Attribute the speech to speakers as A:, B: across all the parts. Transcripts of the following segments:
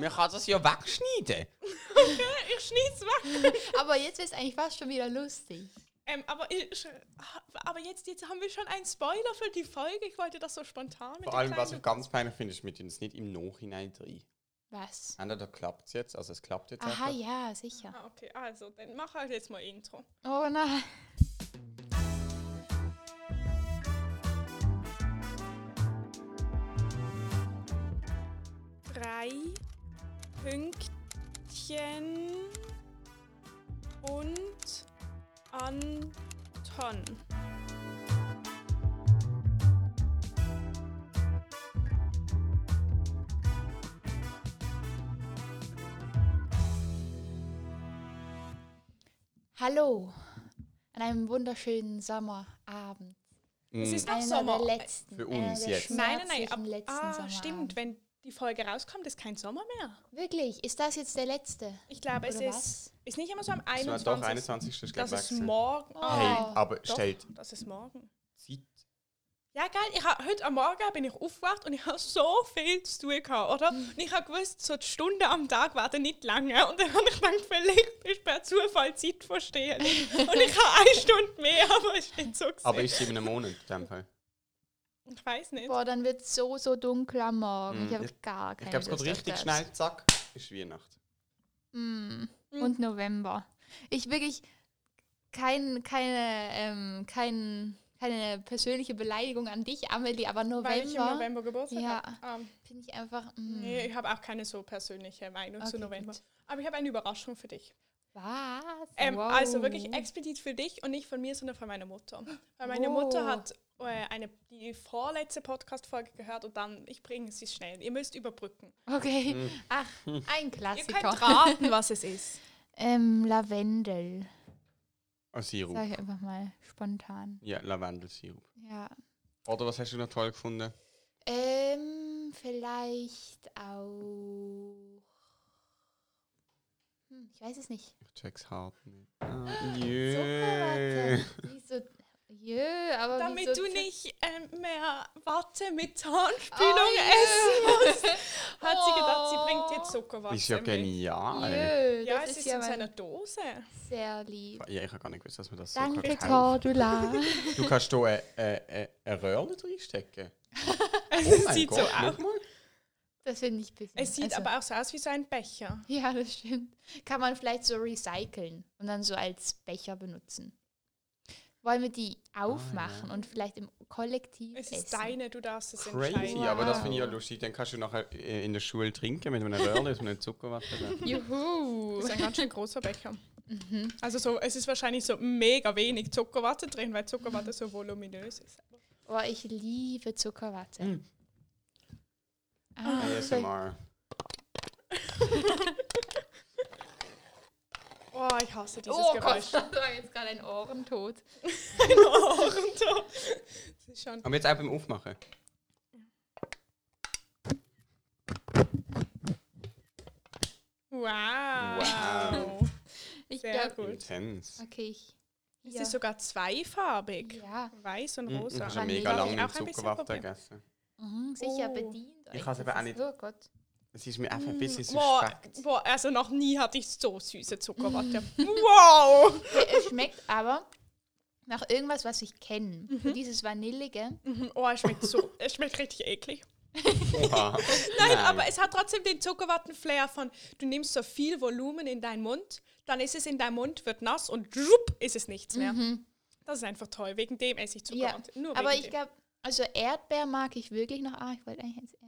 A: Man kann das ja wegschneiden.
B: Ich schneide es weg.
C: Aber jetzt ist eigentlich fast schon wieder lustig.
B: ähm, aber ich, aber jetzt, jetzt haben wir schon einen Spoiler für die Folge. Ich wollte das so spontan mit
A: Vor
B: der
A: allem, was ich
B: kleinen-
A: ganz peinlich finde, ist, mit uns nicht im Nachhinein rein.
C: Was?
A: Entweder klappt es jetzt, also es klappt jetzt
C: Aha,
A: einfach.
C: ja, sicher.
B: Ah, okay, also, dann mach halt jetzt mal Intro.
C: Oh nein.
B: Drei Pünktchen und Anton.
C: Hallo. An einem wunderschönen Sommerabend.
B: Es
A: Mm.
B: ist noch
C: Einer
B: Sommer. Äh,
C: der letzten.
A: Für
C: einer
A: uns
C: der
A: jetzt.
B: Nein, nein, nein.
C: schmerzlichen
B: Ab,
C: letzten
B: ah,
C: Sommerabend.
B: stimmt. Wenn die Folge rauskommt, ist kein Sommer mehr.
C: Wirklich, ist das jetzt der letzte?
B: Ich glaube, es
C: Oder
B: ist, ist nicht immer so am
A: Es
B: 21.
A: war doch 21. ist
B: Das
A: gleich
B: ist
A: gewechselt.
B: morgen.
C: Ah.
A: Hey,
C: Oh,
A: aber
B: Doch,
A: stellt
B: Das ist morgen.
A: Zeit.
B: Ja, geil. Ich hab, heute am Morgen bin ich aufgewacht und ich habe so viel zu tun gehabt, oder?
C: Mhm.
B: Und ich habe gewusst, so die Stunden am Tag werden nicht lange. Und dann habe ich gedacht, vielleicht ist per Zufall Zeit verstehen. Und ich habe eine Stunde mehr, aber ist nicht so gewesen.
A: Aber ist sie in einem Monat in dem Fall.
B: ich weiß nicht.
C: Boah, dann wird es so, so dunkel am Morgen.
A: Mm,
C: Ich habe
A: ich-
C: gar
A: Ich
C: keine
A: glaube, es geht
C: Lust auf
A: richtig
C: das.
A: schnell, zack, ist Weihnachten.
C: Mm.
B: Mm.
C: Und November. Ich wirklich kein, keine, ähm, kein, keine persönliche Beleidigung an dich, Amelie, aber
B: Weil ich im
C: November,
B: November Geburtstag
C: Ja.
B: habe. Ähm,
C: finde ich einfach. Mm.
B: nee, ich habe auch keine so persönliche Meinung zu
C: Okay,
B: November.
C: gut.
B: Aber ich habe eine Überraschung für dich.
C: Was?
B: Ähm,
C: wow.
B: Also wirklich explizit für dich und nicht von mir, sondern von meiner Mutter. Weil meine Mutter
C: Wow.
B: hat äh, eine, die vorletzte Podcast-Folge gehört und dann, ich bringe sie schnell. Ihr müsst überbrücken.
C: Okay. Ach, ein
B: Ihr
C: Klassiker.
B: könnt raten, was es ist.
C: Ähm, Lavendel.
A: Ein Sirup.
C: Sag ich einfach mal spontan.
A: Ja, Lavendelsirup.
C: Ja.
A: Oder was hast du noch toll gefunden?
C: Ähm, vielleicht auch. Hm, ich weiß es nicht.
A: Ich check's hart nicht. Ah, Äh.
C: Zuckerwatte. Wieso? Jö, aber
B: Damit
C: wieso
B: du
C: Zuck-
B: nicht ähm, mehr Watte mit Zahnspülung
C: Oh,
B: essen
C: jö.
B: musst, hat sie gedacht, sie bringt jetzt Zuckerwatte
A: Ist ja
B: mit.
A: genial. Oh
C: Jö,
B: Ja,
C: das
B: es
C: ist
B: ist
C: ja
B: in seiner
C: mein
B: Dose.
C: sehr lieb.
A: Ja, ich habe gar nicht gewusst, dass man das so
C: Danke,
A: kann. kaufen.
C: Cordula.
A: Du kannst da ein, ein, ein- ein Röhrchen reinstecken.
B: Es
A: Mein
B: sieht
A: Gott,
B: so aus.
A: schau mal.
C: Das finde ich ein bisschen.
B: Es sieht
C: also-
B: aber auch so aus wie so ein Becher.
C: Ja, das stimmt. Kann man vielleicht so recyceln und dann so als Becher benutzen. Wollen wir die
A: Ah,
C: aufmachen und vielleicht im Kollektiv
B: Es
C: essen?
B: ist deine, du darfst es
A: Crazy,
B: entscheiden.
A: aber das
C: Wow.
A: finde ich ja lustig. Dann kannst du nachher äh, in der Schule trinken mit einem Röhrchen, mit einem Zuckerwatte.
C: Juhu.
B: Das ist ein ganz schön großer Becher. Also so, es ist wahrscheinlich so mega wenig Zuckerwatte drin, weil Zuckerwatte so voluminös ist.
C: Oh, ich liebe Zuckerwatte.
A: Mm.
C: Ah,
A: ASMR.
B: Oh, ich hasse dieses
C: oh Gott,
B: Geräusch.
C: das war jetzt gerade ein Ohrentod.
B: Ein Ohrentopf. Das ist schon.
A: Aber jetzt auch beim Aufmachen.
B: Wow.
C: Ich
B: Sehr
C: glaub-
B: gut.
A: Intens.
C: Okay, ich.
B: Es ist sogar zweifarbig.
C: ja,
B: Weiß und
A: Mhm, Ich
B: rosa.
A: habe schon
C: Vanille.
A: mega
B: Darf
A: lange
B: ich
A: mit
B: auch ein bisschen
A: Zuckerwatte
B: probieren?
A: gegessen.
C: mhm, sicher
B: Oh.
C: bedient.
A: Ich
C: euch,
A: kann's
C: das
A: aber auch
C: ist-
A: nicht-
C: Oh Gott.
A: Es ist mir einfach
B: Mm,
A: ein bisschen
B: Boah,
A: suspekt.
B: boah, also noch nie hatte ich so süße Zuckerwatte. Wow!
C: Ja, es schmeckt aber nach irgendwas, was ich kenne. So Dieses Vanillige.
B: Mhm, Oh, es schmeckt so, es schmeckt richtig eklig.
A: Oha.
B: Nein, aber es hat trotzdem den Zuckerwatten-Flair von, du nimmst so viel Volumen in deinen Mund, dann ist es in deinem Mund, wird nass und schwupp ist es nichts mehr. Das ist einfach toll. Wegen dem esse ich
C: Mhm. Ja,
B: Zuckerwatte. Nur
C: aber
B: wegen
C: ich
B: dem.
C: glaube, also Erdbeer mag ich wirklich noch. Ah, ich wollte eigentlich jetzt Erdbeer.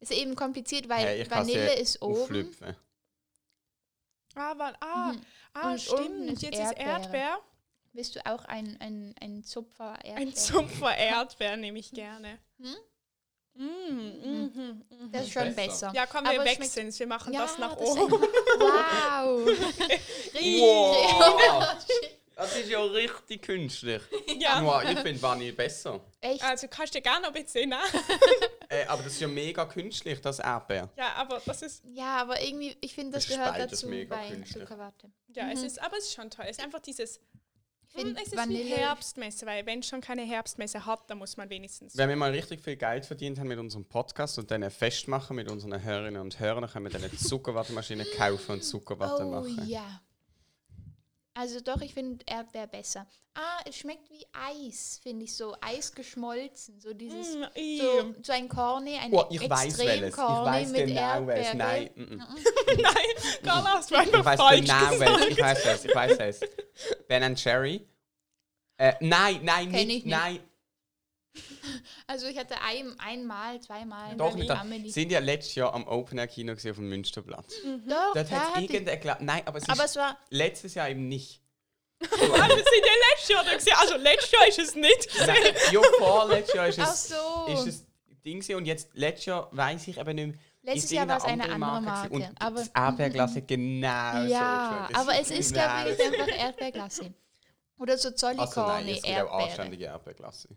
C: Ist eben kompliziert, weil
A: Hey, ich kann's
C: Vanille
A: ja
C: ist oben.
A: auflüpfen.
B: Ah, wa- ah,
C: Mhm.
B: ah
C: Und unten
B: stimmt.
C: ist
B: Jetzt ist Erdbeer.
C: Bist du auch ein, ein, ein Zupfer Erdbeer?
B: Ein Zumpfer Erdbeer nehme ich gerne.
C: Hm?
B: Mm, mhm.
C: Das ist schon
A: Besser.
C: besser.
B: Ja, komm, wir
C: Aber es schmeckt-
B: wechseln Wir machen das nach
C: das ist
B: oben.
C: einfach- Wow.
A: Wow. Das ist ja richtig künstlich.
B: ja.
A: Wow, ich finde Vanille besser.
C: Echt?
B: Also kannst du dir gerne noch ein bisschen nehmen.
A: Äh, aber das ist ja mega künstlich, das Erdbeer.
B: Ja, aber das ist,
C: Ja, aber irgendwie, ich finde, das
A: Es
C: gehört
A: spaltet
C: dazu
A: mega
C: bei
A: künstlich.
C: Zuckerwatte.
B: ja, es ist, aber es ist schon toll. Es ist einfach dieses
C: Ich Ich
B: Hm,
C: finde
B: es ist wie
C: Vanille.
B: Herbstmesse, weil wenn es schon keine Herbstmesse hat, dann muss man wenigstens.
A: Wenn wir mal richtig viel Geld verdient haben mit unserem Podcast und dann ein Fest machen mit unseren Hörerinnen und Hörern, dann können wir dann eine Zuckerwattemaschine kaufen und Zuckerwatte
C: oh
A: machen.
C: ja. Also doch, ich finde Erdbeer besser. Ah, es schmeckt wie Eis, finde ich so. Eis geschmolzen. So dieses,
B: Mm, i.
C: so, so ein Cornet, ein
A: Oh, ich
C: extrem
A: weiß welches. Ich
C: Cornet
A: weiß
C: mit
A: genau welches.
C: Erdbeer.
A: Nein,
C: gell?
A: mm, mm.
B: Nein, Carla, hast du
A: ich
B: einfach
A: weiß
B: falsch
A: genau welches. Ich
B: gesagt.
A: weiß es. Ich weiß es. Ben and Jerry. Äh, nein, nein,
C: Kenn
A: nicht,
C: ich nicht.
A: nein.
C: Also ich hatte ein, einmal, zweimal
A: Doch,
C: mit
A: mit
C: der
A: der,
C: Amelie.
A: sind ja letztes Jahr am Open Air Kino gewesen auf dem Münsterplatz.
C: Mhm. Doch,
A: Dort hat
C: da hatte
A: es
C: ich.
A: irgendein Gla Nein, aber es
C: Aber
A: ist
C: es war,
A: letztes Jahr eben nicht.
B: Alle sind ja letztes Jahr da gewesen. Also letztes Jahr ist es nicht.
A: Nein, ja, vorletztes Jahr ist
C: ach
A: es,
C: so.
A: ist es Ding gewesen. und jetzt letztes Jahr weiß ich eben nicht mehr.
C: Letztes
A: ist
C: Jahr war es
A: irgendeine
C: eine andere
A: gewesen.
C: Marke,
A: Und
C: aber- mhm.
A: das Erdbeerglas hat genau so
C: ja,
A: geschmeckt. Das
C: aber es ist, glaube ich,
A: genau
C: jetzt einfach Erdbeerglasse. Oder so
A: so. Also nein,
C: Zollicorne
A: es gibt auch
C: Erdbeere. Mhm.
A: anständige Erdbeerglasse.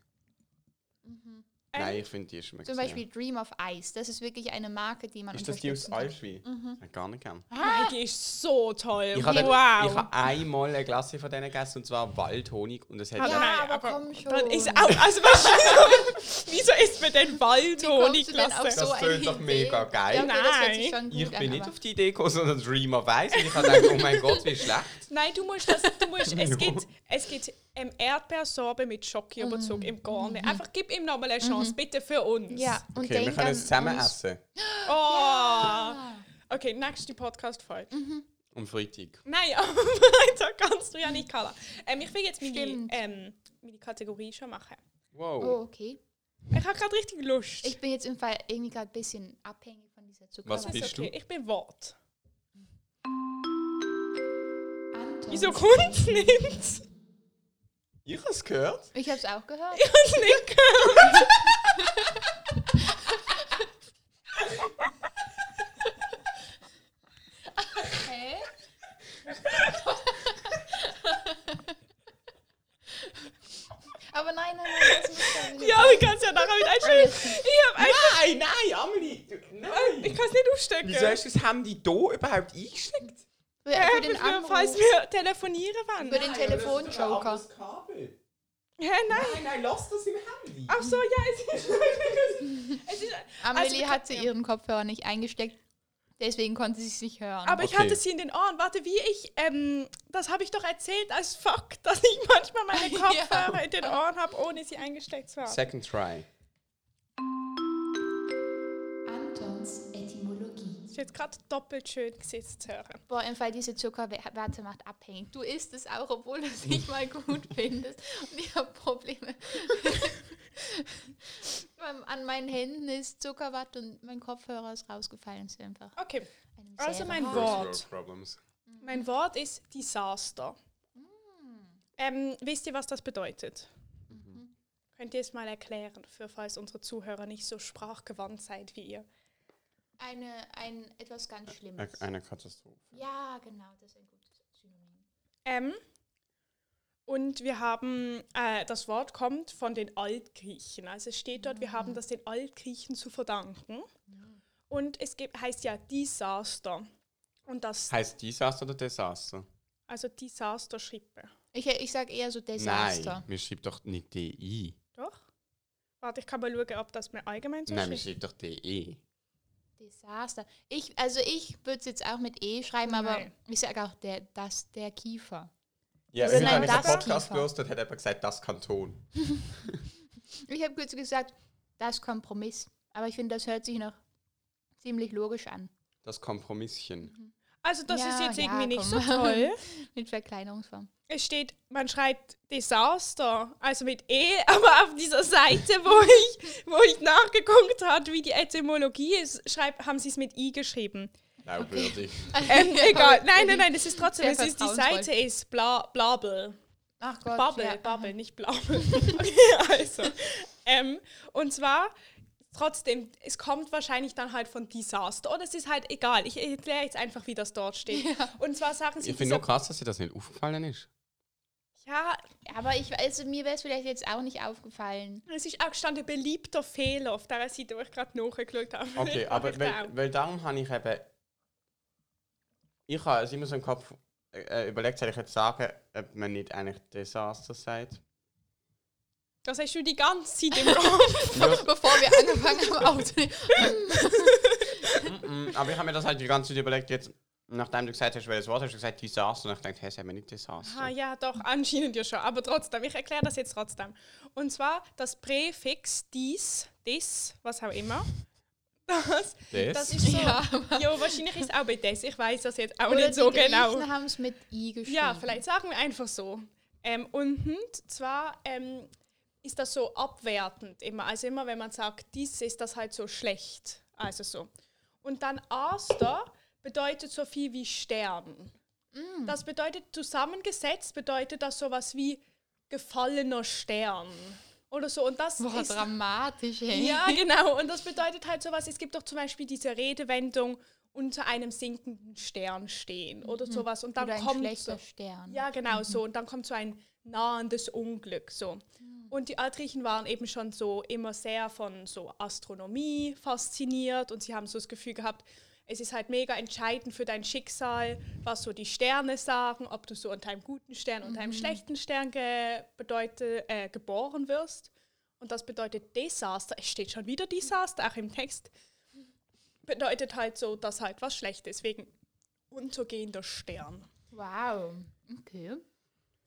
A: Nein, ich finde, die schmeckt
C: Zum Beispiel Dream of Ice. Das ist wirklich eine Marke, die man
A: Ist das die aus
C: unterstützen kann.
A: Alschwein? Mhm. Gar nicht gern.
B: Nein, Ah, die ist so toll.
A: Ich habe
B: wow.
A: ich habe einmal eine Glasse von denen gegessen, und zwar Waldhonig. Und es hat
C: Ja,
A: dann-
B: Nein,
C: aber,
B: aber
C: komm schon.
B: Dann ist auch, also was, wieso isst man denn
C: Wie kommst du denn auf
B: Waldhonigklasse?
A: Das
C: eine
A: tönt doch
C: Idee?
A: mega geil.
C: Ja, okay, das hört sich
B: Nein.
C: schon gut
A: Ich
C: an,
A: bin nicht
C: aber-
A: auf die Idee gekommen, sondern Dreamer weiß. Und ich habe gedacht, oh mein Gott, wie schlecht.
B: Nein, du musst das, du musst, es
A: Ja.
B: gibt, es gibt ähm, Erdbeersorbe mit Schokiüberzug im Garne. Einfach gib ihm nochmal eine Chance, bitte für uns.
C: Ja, und
A: Okay, wir
C: denk
A: können
C: an
A: es zusammen
C: uns.
A: essen.
B: Oh. Okay, nächste Podcast-Folge.
A: Am Freitag.
B: Nein, am Freitag kannst du ja nicht, Carla. Ähm, ich will jetzt meine,
C: Stimmt.
B: ähm, meine Kategorie schon machen.
C: Oh,
A: Wow.
C: okay.
B: Ich habe gerade richtig Lust.
C: Ich bin jetzt im Fall irgendwie gerade ein bisschen abhängig von dieser Zucker.
A: Was
B: Das ist
A: bist
B: okay.
A: du?
B: Ich bin Wort.
C: Anton.
B: Wieso kommt nicht?
A: Ich habe es gehört.
C: Ich habe es auch gehört.
B: Das nicht gehört.
C: Hä? Aber nein, nein, nein, das muss ja nicht.
B: Ja, ich kann es ja nachher wieder einstellen. Ich habe einfach.
A: Nein, nein, Amelie. du-
B: Ich
A: Nein.
B: kann es nicht aufstecken.
A: Wieso hast du das Handy da überhaupt eingesteckt?
C: Für, für
B: Äh,
C: den
B: für,
C: Anruf.
B: falls wir telefonieren wollen.
C: Für den Telefonjoker.
B: Hä, nein.
A: nein, lass das im Handy.
C: Ah.
B: Ach so, ja, es ist. es ist
C: Amelie
B: Also,
C: hat sie
B: ja.
C: ihren Kopfhörer nicht eingesteckt, deswegen konnte sie es nicht hören.
B: aber ich
A: Okay.
B: hatte sie in den Ohren. Warte, wie ich. Ähm, das habe ich doch erzählt als Fakt, dass ich manchmal meine
C: Ja.
B: Kopfhörer in den Ohren habe, ohne sie eingesteckt zu haben.
A: Second try.
C: Antons Etymologie.
B: Ist jetzt gerade doppelt schön gesetzt zu hören.
C: Boah, im Fall diese Zuckerwerte macht abhängig. Du isst es auch, obwohl du es nicht mal gut findest. Und ich habe Probleme. Beim- An meinen Händen ist Zuckerwatt und mein Kopfhörer ist rausgefallen. Ist einfach
B: Okay,
C: eine Misere.
B: also mein
C: Ah.
B: Wort.
A: First world Problems.
B: Mein Wort ist Desaster. Ähm, wisst ihr, was das bedeutet? Könnt ihr es mal erklären, für falls unsere Zuhörer nicht so sprachgewandt seid wie ihr?
C: Eine, ein etwas ganz Schlimmes.
A: Eine- Eine Katastrophe.
C: Ja, genau, das ist ein gutes Synonym.
B: Ähm, und wir haben, äh, das Wort kommt von den Altgriechen. Also es steht dort, wir haben das den Altgriechen zu verdanken. Und es gibt, heißt ja Desaster. Und das,
A: Heißt Desaster oder Desaster?
B: also Desaster schrieb er.
C: Ich, ich sage eher so Desaster.
A: Nein, wir schreiben doch nicht DI.
B: Doch? Warte, ich kann mal schauen, ob das mir allgemein so
A: Nein, wir schreiben
B: steht.
A: doch E. DE.
C: Desaster. Ich, also ich würde es jetzt auch mit E schreiben, aber
B: Nein.
C: ich sage auch der, das, der Kiefer.
A: Ja,
C: Also
A: wir
C: nein,
A: haben einen
C: das
A: Podcast
C: Kiefer.
A: gehört und hat jemand gesagt, das Kanton.
C: Ich habe kurz gesagt, das Kompromiss. Aber ich finde, das hört sich noch ziemlich logisch an.
A: Das Kompromisschen.
C: Mhm.
B: Also das
C: Ja,
B: ist jetzt
C: ja,
B: irgendwie nicht so
C: komm.
B: toll.
C: Mit Verkleinerungsform.
B: Es steht, man schreibt Desaster, also mit E, aber auf dieser Seite, wo ich, wo ich nachgeguckt habe, wie die Etymologie ist, schreib, haben sie es mit I geschrieben.
A: Glaubwürdig.
B: Ähm, egal, nein, nein, nein, das ist trotzdem,
C: Sehr
B: es ist die
C: vertrauensvoll.
B: Seite ist bla, blabel.
C: Ach Gott.
B: Bubble,
C: ja.
B: Bubble, nicht Blabel. okay, also. Ähm, und zwar, trotzdem, es kommt wahrscheinlich dann halt von Desaster. Oder es ist halt egal. Ich erkläre jetzt einfach, wie das dort steht. Und zwar sagen sie,
A: Ich finde
B: dieser-
A: nur krass, dass dir das nicht aufgefallen ist.
B: ja,
C: Aber ich, also mir wäre es vielleicht jetzt auch nicht aufgefallen.
B: es ist auch gestanden, beliebter Fehler auf der Seite, wo ich gerade nachgeschaut habe.
A: Okay,
B: Ich
A: aber
B: dachte
A: weil,
B: auch.
A: weil darum habe ich eben. Ich habe es also immer so im Kopf, äh, überlegt, soll ich jetzt sagen, ob man nicht eigentlich Desaster sagt?
B: Das hast du die ganze Zeit im Kopf.
C: Bevor wir angefangen haben aufzunehmen.
A: Mm, Aber ich habe mir das halt die ganze Zeit überlegt, jetzt, nachdem du gesagt hast, welches Wort hast du gesagt, Desaster. Und ich dachte, hey, sagen wir nicht Desaster.
B: ah, ja, doch, anscheinend ja schon. Aber trotzdem, ich erkläre das jetzt trotzdem. Und zwar das Präfix dies, dis, was auch immer. Das, das ist so. Ja.
C: ja, aber-
B: wahrscheinlich ist es auch bei des. Ich weiß das jetzt auch
C: Oder
B: nicht so
C: die Griechen
B: genau.
C: haben es mit I geschrieben.
B: Ja, vielleicht sagen wir einfach so. Ähm, und zwar ähm, ist das so abwertend immer. Also immer, wenn man sagt, dies ist das halt so schlecht. Also so. Und dann Aster bedeutet so viel wie sterben.
C: Mm.
B: Das bedeutet, zusammengesetzt bedeutet das sowas wie gefallener Stern. Oder so. Und das
C: Boah,
B: ist
C: dramatisch, ey.
B: ja, genau. Und das bedeutet halt sowas, es gibt doch zum Beispiel diese Redewendung unter einem sinkenden Stern stehen oder sowas. Und dann
C: Mhm. Oder ein
B: kommt so,
C: schlechter Stern.
B: ja, genau so. Und dann kommt so ein nahendes Unglück. So. Und die Altriechen waren eben schon so immer sehr von so Astronomie fasziniert und sie haben so das Gefühl gehabt, es ist halt mega entscheidend für dein Schicksal, was so die Sterne sagen, ob du so unter einem guten Stern, unter einem schlechten Stern ge bedeute, äh, geboren wirst. Und das bedeutet Desaster. Es steht schon wieder Desaster, auch im Text. Bedeutet halt so, dass halt was schlecht ist, wegen untergehender Stern.
C: Wow. Okay.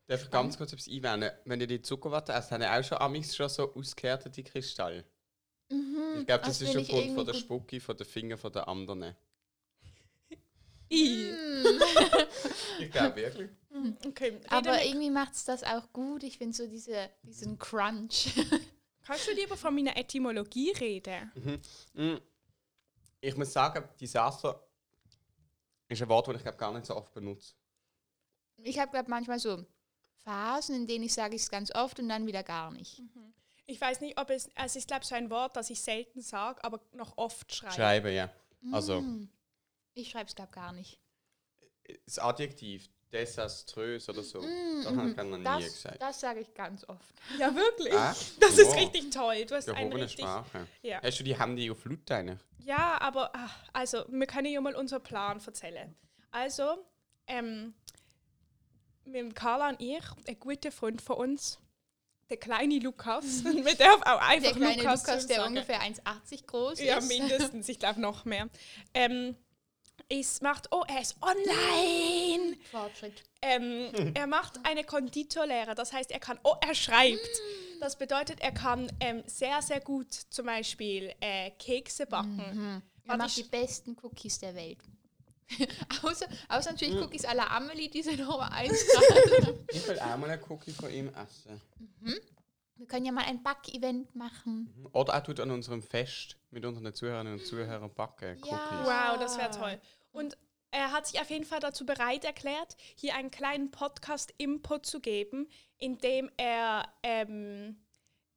A: Darf ich ganz kurz etwas einwenden? Wenn ihr die Zuckerwatte esst, haben ja auch schon Amis schon so ausgehärtete Kristalle.
B: Mhm,
A: ich glaube, das
C: also
A: ist
C: bin
A: schon
C: ich
A: Grund von
C: irgendwie
A: der
C: gut-
A: Spucke, von den Fingern, von den anderen.
B: I.
A: Ich glaube wirklich.
B: Okay, rede
C: Aber
B: mit-
C: irgendwie macht es das auch gut. Ich finde so diese, diesen Crunch.
B: kannst du lieber von meiner Etymologie reden?
A: Mm. Ich muss sagen, Desaster ist ein Wort, das ich glaube gar nicht so oft benutze.
C: Ich habe, glaube manchmal so Phasen, in denen ich sage ich es ganz oft und dann wieder gar nicht.
B: Ich weiß nicht, ob es, also ich glaube, so ein Wort, das ich selten sage, aber noch oft schreibe.
A: Schreiben, ja.
B: Mm.
A: Also,
C: Ich schreibe es, glaube gar nicht.
A: das Adjektiv desaströs oder so,
B: Mm,
A: das
B: mhm.
A: habe ich glaub noch nie
C: Das,
A: gesagt.
C: das sage ich ganz oft.
B: Ja, wirklich.
A: Echt?
B: Das ist
A: Wow.
B: richtig toll. Du hast einen
A: Gehobene
B: richtig.
A: Sprache.
B: Ja.
A: Hast du die Handy auf Laut eigentlich?
B: Ja, aber ach, also, wir können ja mal unseren Plan erzählen. Also, ähm, mit Carla und ich, ein guter Freund von uns, der kleine Lukas, wir dürfen auch einfach
C: Der kleine
B: Lukas,
C: Lukas, der
B: sagen.
C: ungefähr 1,80 groß
B: Ja,
C: ist.
B: mindestens. Ich glaube noch mehr. Ähm, es macht, oh, er ist online.
C: Fortschritt.
B: Ähm, er macht eine Konditorlehre. Das heißt, er kann, oh, er schreibt. Das bedeutet, er kann ähm, sehr, sehr gut zum Beispiel äh, Kekse backen.
C: Mhm. Er
B: Warte,
C: macht die
B: ich-
C: besten Cookies der Welt. außer, außer natürlich
A: Hm.
C: Cookies à la Amelie, die sind Nummer 1 gerade.
A: Ich will auch mal einen Cookie von ihm essen.
C: Wir können ja mal ein Back-Event machen.
A: Oder er tut an unserem Fest mit unseren Zuhörerinnen und Zuhörern backen.
C: Ja.
A: Cookies.
B: Wow, das wäre toll. Und er hat sich auf jeden Fall dazu bereit erklärt, hier einen kleinen Podcast-Input zu geben, indem er, ähm,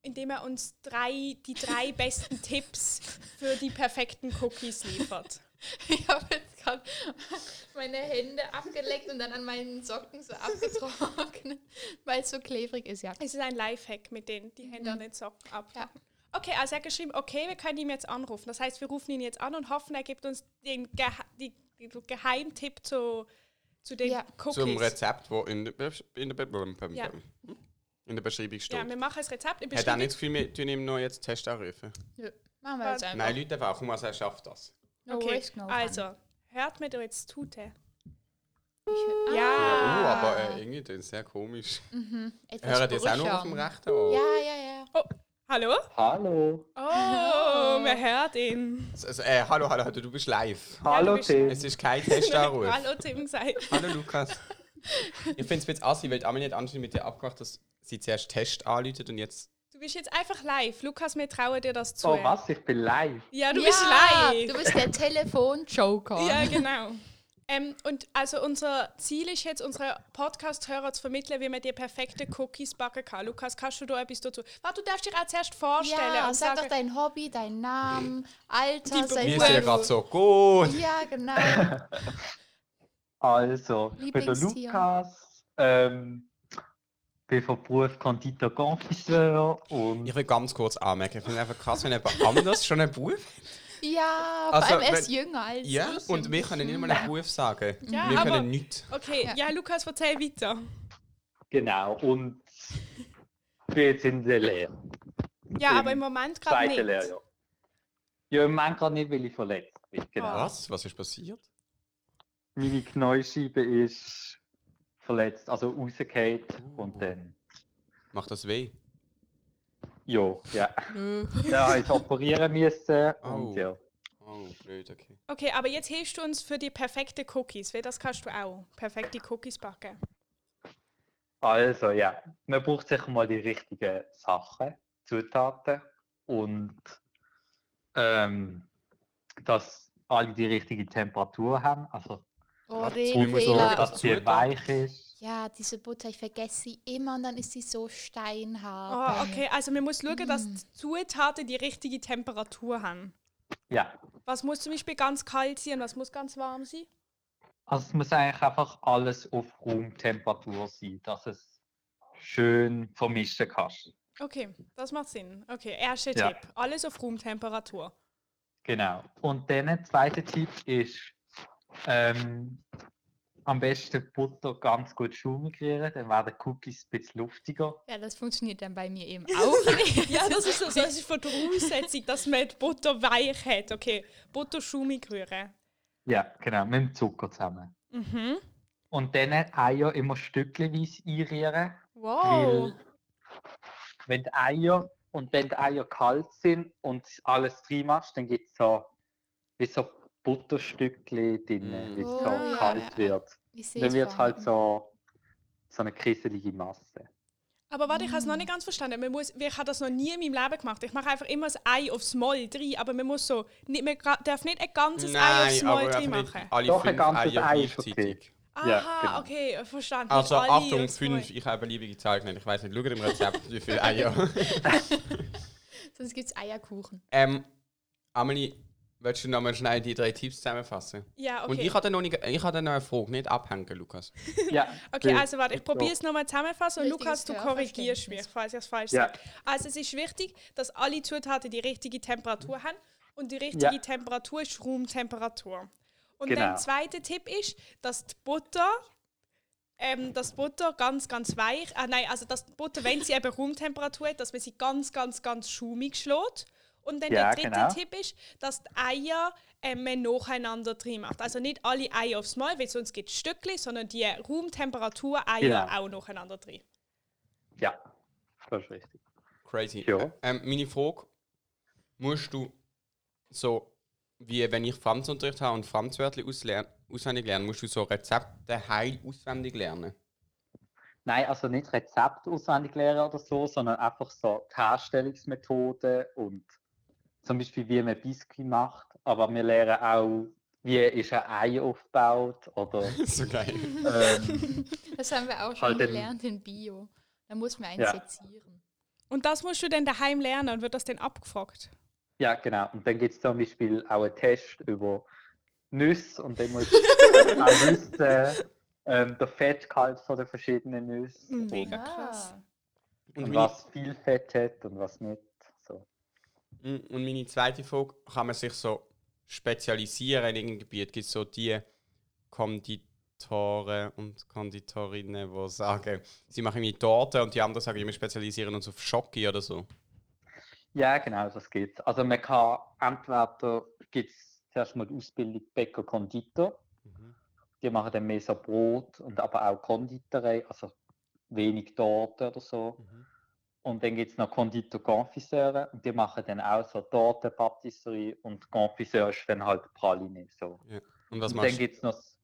B: indem er uns drei, die drei besten Tipps für die perfekten Cookies liefert.
C: Ich habe jetzt gerade meine Hände abgeleckt und dann an meinen Socken so abgetrocknet, weil es so klebrig ist, ja.
B: Es ist ein Lifehack mit den die Hände an den Socken ab.
C: Mhm. Ja.
B: Okay, also er hat geschrieben, okay, wir können ihn jetzt anrufen. Das heißt, wir rufen ihn jetzt an und hoffen, er gibt uns den Geha die, den Geheimtipp zu, zu den
C: Ja.
B: Cookies.
A: Zum Rezept, das in der, Be in der, Be
B: Ja.
A: in der Beschreibung
B: ja,
A: steht.
B: wir machen das Rezept. Ich
A: Hat er
B: beschreibe-
A: nicht zu viel, wir tun ihm noch jetzt Test anrufen.
C: Nö, machen wir jetzt
B: Warte.
C: einfach.
A: Nein, Leute, einfach, komm, also er schafft das.
C: No
B: okay.
C: risk, no fun.
B: also, hört mir doch jetzt Tute.
C: Ich,
A: Ja,
B: Ja.
A: uh, aber äh, irgendwie das ist sehr komisch.
C: etwas
A: Hören das auch noch auf dem
C: Brüchern.
A: rechten Ohr?
C: Ja, ja, ja.
B: Oh, hallo?
D: Hallo.
B: Oh, man hört ihn.
A: Also, äh, hallo, hallo, hallo, du bist live.
D: Hallo,
B: bist-
D: Tim.
A: Es ist kein Testanruf.
B: Hallo Tim gesagt.
A: hallo, Lukas. Ich Ah, finde es ein bisschen assi, weil Amelie hat anscheinend mit dir abgemacht, dass sie zuerst Test anläutet und jetzt...
B: Du bist jetzt einfach live. Lukas, wir trauen dir das zu.
D: Oh, was? Ich bin live.
B: Ja, Ah, du
C: ja,
B: bist live.
C: Du bist der
D: Oh.
C: Telefon-Joker.
B: Ja, genau. Ähm, und also unser Ziel ist jetzt, unsere Podcast-Hörer zu vermitteln, wie man die perfekte Cookies backen kann. Lukas, kannst du da etwas dazu? Warte, du darfst dich auch zuerst vorstellen
C: Ja,
B: und
C: sag
B: sagen,
C: doch dein Hobby, deinen Namen, Alter,
B: Die
C: sein
A: Mir
B: Mir
A: ist ja
B: ja
A: gerade
C: Beruf.
A: so gut.
C: Ja, genau.
D: Also, ich bin der
C: Lieblingstier.
D: Lukas. Ähm, bin von Beruf Konditor Confiseur und
A: Ich will ganz kurz anmerken, ich finde es einfach krass, wenn jemand anders schon einen Beruf hat
C: Ja,
A: Also,
C: vor allem er
A: wenn-
C: ist jünger als
A: Ja,
C: ich.
A: und wir können nicht mal einen Beruf sagen.
B: Ja,
A: wir
B: aber-
A: können nichts.
B: Okay, ja,
C: Ja.
B: Lukas, erzähl weiter.
D: Genau, und ich bin jetzt in der Lehre.
B: Ja,
D: Im
B: aber im Moment gerade
D: Zweite
B: nicht.
D: Lehre, ja. Ja, im Moment gerade nicht, weil ich verletzt bin. Genau.
B: Ah.
A: Was? Was ist passiert?
D: Meine Knäuscheibe ist verletzt, also rausgefallen und dann.
A: Macht das weh?
D: Ja, ja.
C: Nö.
D: Da habe ich operieren müssen
A: Oh.
D: und ja.
A: Oh, blöd, okay.
B: Okay, aber jetzt hilfst du uns für die perfekten Cookies, weil das kannst du auch. Perfekte Cookies backen.
D: Also ja, man braucht sicher mal die richtigen Sachen, Zutaten und ähm, dass alle die richtige Temperatur haben, also
C: Oh,
A: Warte,
C: den
A: ich muss
C: Fehler.
A: sagen,
D: dass sie
A: Zutaten.
D: weich ist.
C: Ja, diese Butter, ich vergesse sie immer und dann ist sie so steinhart.
B: Ah, okay, also man muss schauen, dass die Zutaten die richtige Temperatur haben.
D: Ja,
B: Was muss zum Beispiel ganz kalt sein und was muss ganz warm sein?
D: also es muss eigentlich einfach alles auf Raumtemperatur sein, dass es schön vermischen kannst.
B: Okay, das macht Sinn. Okay, erster
D: Ja.
B: Tipp. Alles auf Raumtemperatur.
D: Genau. Und dann der zweite Tipp ist, ähm, am besten Butter ganz gut schaumigrieren, dann werden die Cookies ein bisschen luftiger.
C: Ja, das funktioniert dann bei mir eben auch nicht.
B: Ja, das ist so, das ist Voraussetzung, dass man die Butter weich hat. Okay, Butter schaumig rühren.
D: Ja, genau, mit dem Zucker zusammen.
B: Mhm.
D: Und dann Eier immer stückchenweise einrühren,
B: Wow.
D: weil wenn die Eier und wenn die Eier kalt sind und alles reinmachst, dann gibt es so wie so Butterstückchen drin,
A: Mm.
D: wie es so
C: Oh, ja,
D: kalt
C: ja.
D: wird.
C: Ich sehe
D: Dann
C: es
D: wird es
C: vor
D: halt
C: mir.
D: so, so eine kriselige Masse.
B: Aber warte, ich habe es noch nicht ganz verstanden. Man muss, ich habe das noch nie in meinem Leben gemacht. Ich mache einfach immer das Ei aufs Mal drin, aber man muss so, nicht, man gra- darf nicht ein ganzes Ei aufs Mal drin machen.
A: alle
D: Doch, ein
A: fünf
D: ganzes
A: Eier
D: Ei ist okay.
A: gleichzeitig.
B: Aha,
D: Ja, genau.
B: okay, äh, verstanden. Nicht
A: Also
B: alle
A: Achtung,
B: aufs Mal.
A: fünf. Ich habe beliebige Zahl genannt. Ich weiß nicht, schaut im Rezept, wie viele Eier.
C: Sonst gibt es Eierkuchen.
A: ähm, Amelie, willst du nochmal schnell die drei Tipps zusammenfassen?
B: Ja,
A: Und
B: okay.
A: ich hatte noch, nicht, ich hatte noch eine Frage, nicht abhängen, Lukas.
D: Ja,
B: Okay,
D: weil
B: also warte, ich
D: so-
B: probiere es nochmal zusammenfassen und
C: Richtiges
B: Lukas, du korrigierst
C: Hörverständnis.
B: mich, falls ich es falsch
D: Ja.
B: sage. Also es ist wichtig, dass alle Zutaten die richtige Temperatur haben und die richtige
D: Ja.
B: Temperatur ist Raumtemperatur. Und
D: Genau.
B: der zweite Tipp ist, dass die Butter, ähm, dass die Butter ganz, ganz weich, ah, nein, also dass die Butter, wenn sie eben Raumtemperatur hat, dass man sie ganz, ganz, ganz schumig schlägt. Und dann
D: Ja,
B: der dritte
D: genau.
B: Tipp ist, dass die Eier ähm, man nacheinander drin macht. Also nicht alle Eier aufs Mal, weil sonst gibt es Stückchen, sondern die Raumtemperatur-Eier
D: Genau.
B: auch nacheinander drin.
D: Ja, das ist richtig.
A: Crazy.
D: Ja.
A: Ä- Ähm, meine Frage: Musst du so, wie wenn ich Franzunterricht habe und Franzwörter ausler- auswendig lernen, musst du so Rezepte heil auswendig lernen?
D: Nein, also nicht Rezept auswendig lernen oder so, sondern einfach so die Herstellungsmethoden und zum Beispiel wie man Biscuit macht, aber wir lernen auch, wie ist ein Ei aufgebaut oder
A: so geil.
D: ähm,
C: Das haben wir auch schon
D: Halt den-
C: gelernt in Bio. Da muss man einen
D: Ja.
C: sezieren.
B: Und das musst du dann daheim lernen und wird das dann abgefragt.
D: ja genau. Und dann gibt es zum Beispiel auch einen Test über Nüsse und dann musst du auch wissen, ähm, der Fettgehalt von den verschiedenen Nüssen
B: Mega
D: und,
B: krass.
C: Ah.
A: Und
D: und
A: meine,
D: was viel Fett hat und was nicht. So.
A: m- Hm, und meine zweite Frage: Kann man sich so spezialisieren in irgendeinem Gebiet? Gibt es so die Konditoren und Konditorinnen, die sagen, sie machen irgendwie Torte und die anderen sagen, wir spezialisieren uns auf Schocke oder so?
D: Ja, genau, das geht. Also man kann entweder gibt es zuerst mal die Ausbildung Bäcker Konditor. Mhm, Die machen dann mehr so Brot und aber auch Konditorei, also wenig Torte oder so. Und dann gibt es noch Konditor Konfiseure und die machen dann auch so Torte, Patisserie und Konfiseur ist dann halt Praline. So.
A: Und was
D: und dann
A: machst du?
D: gibt es noch s-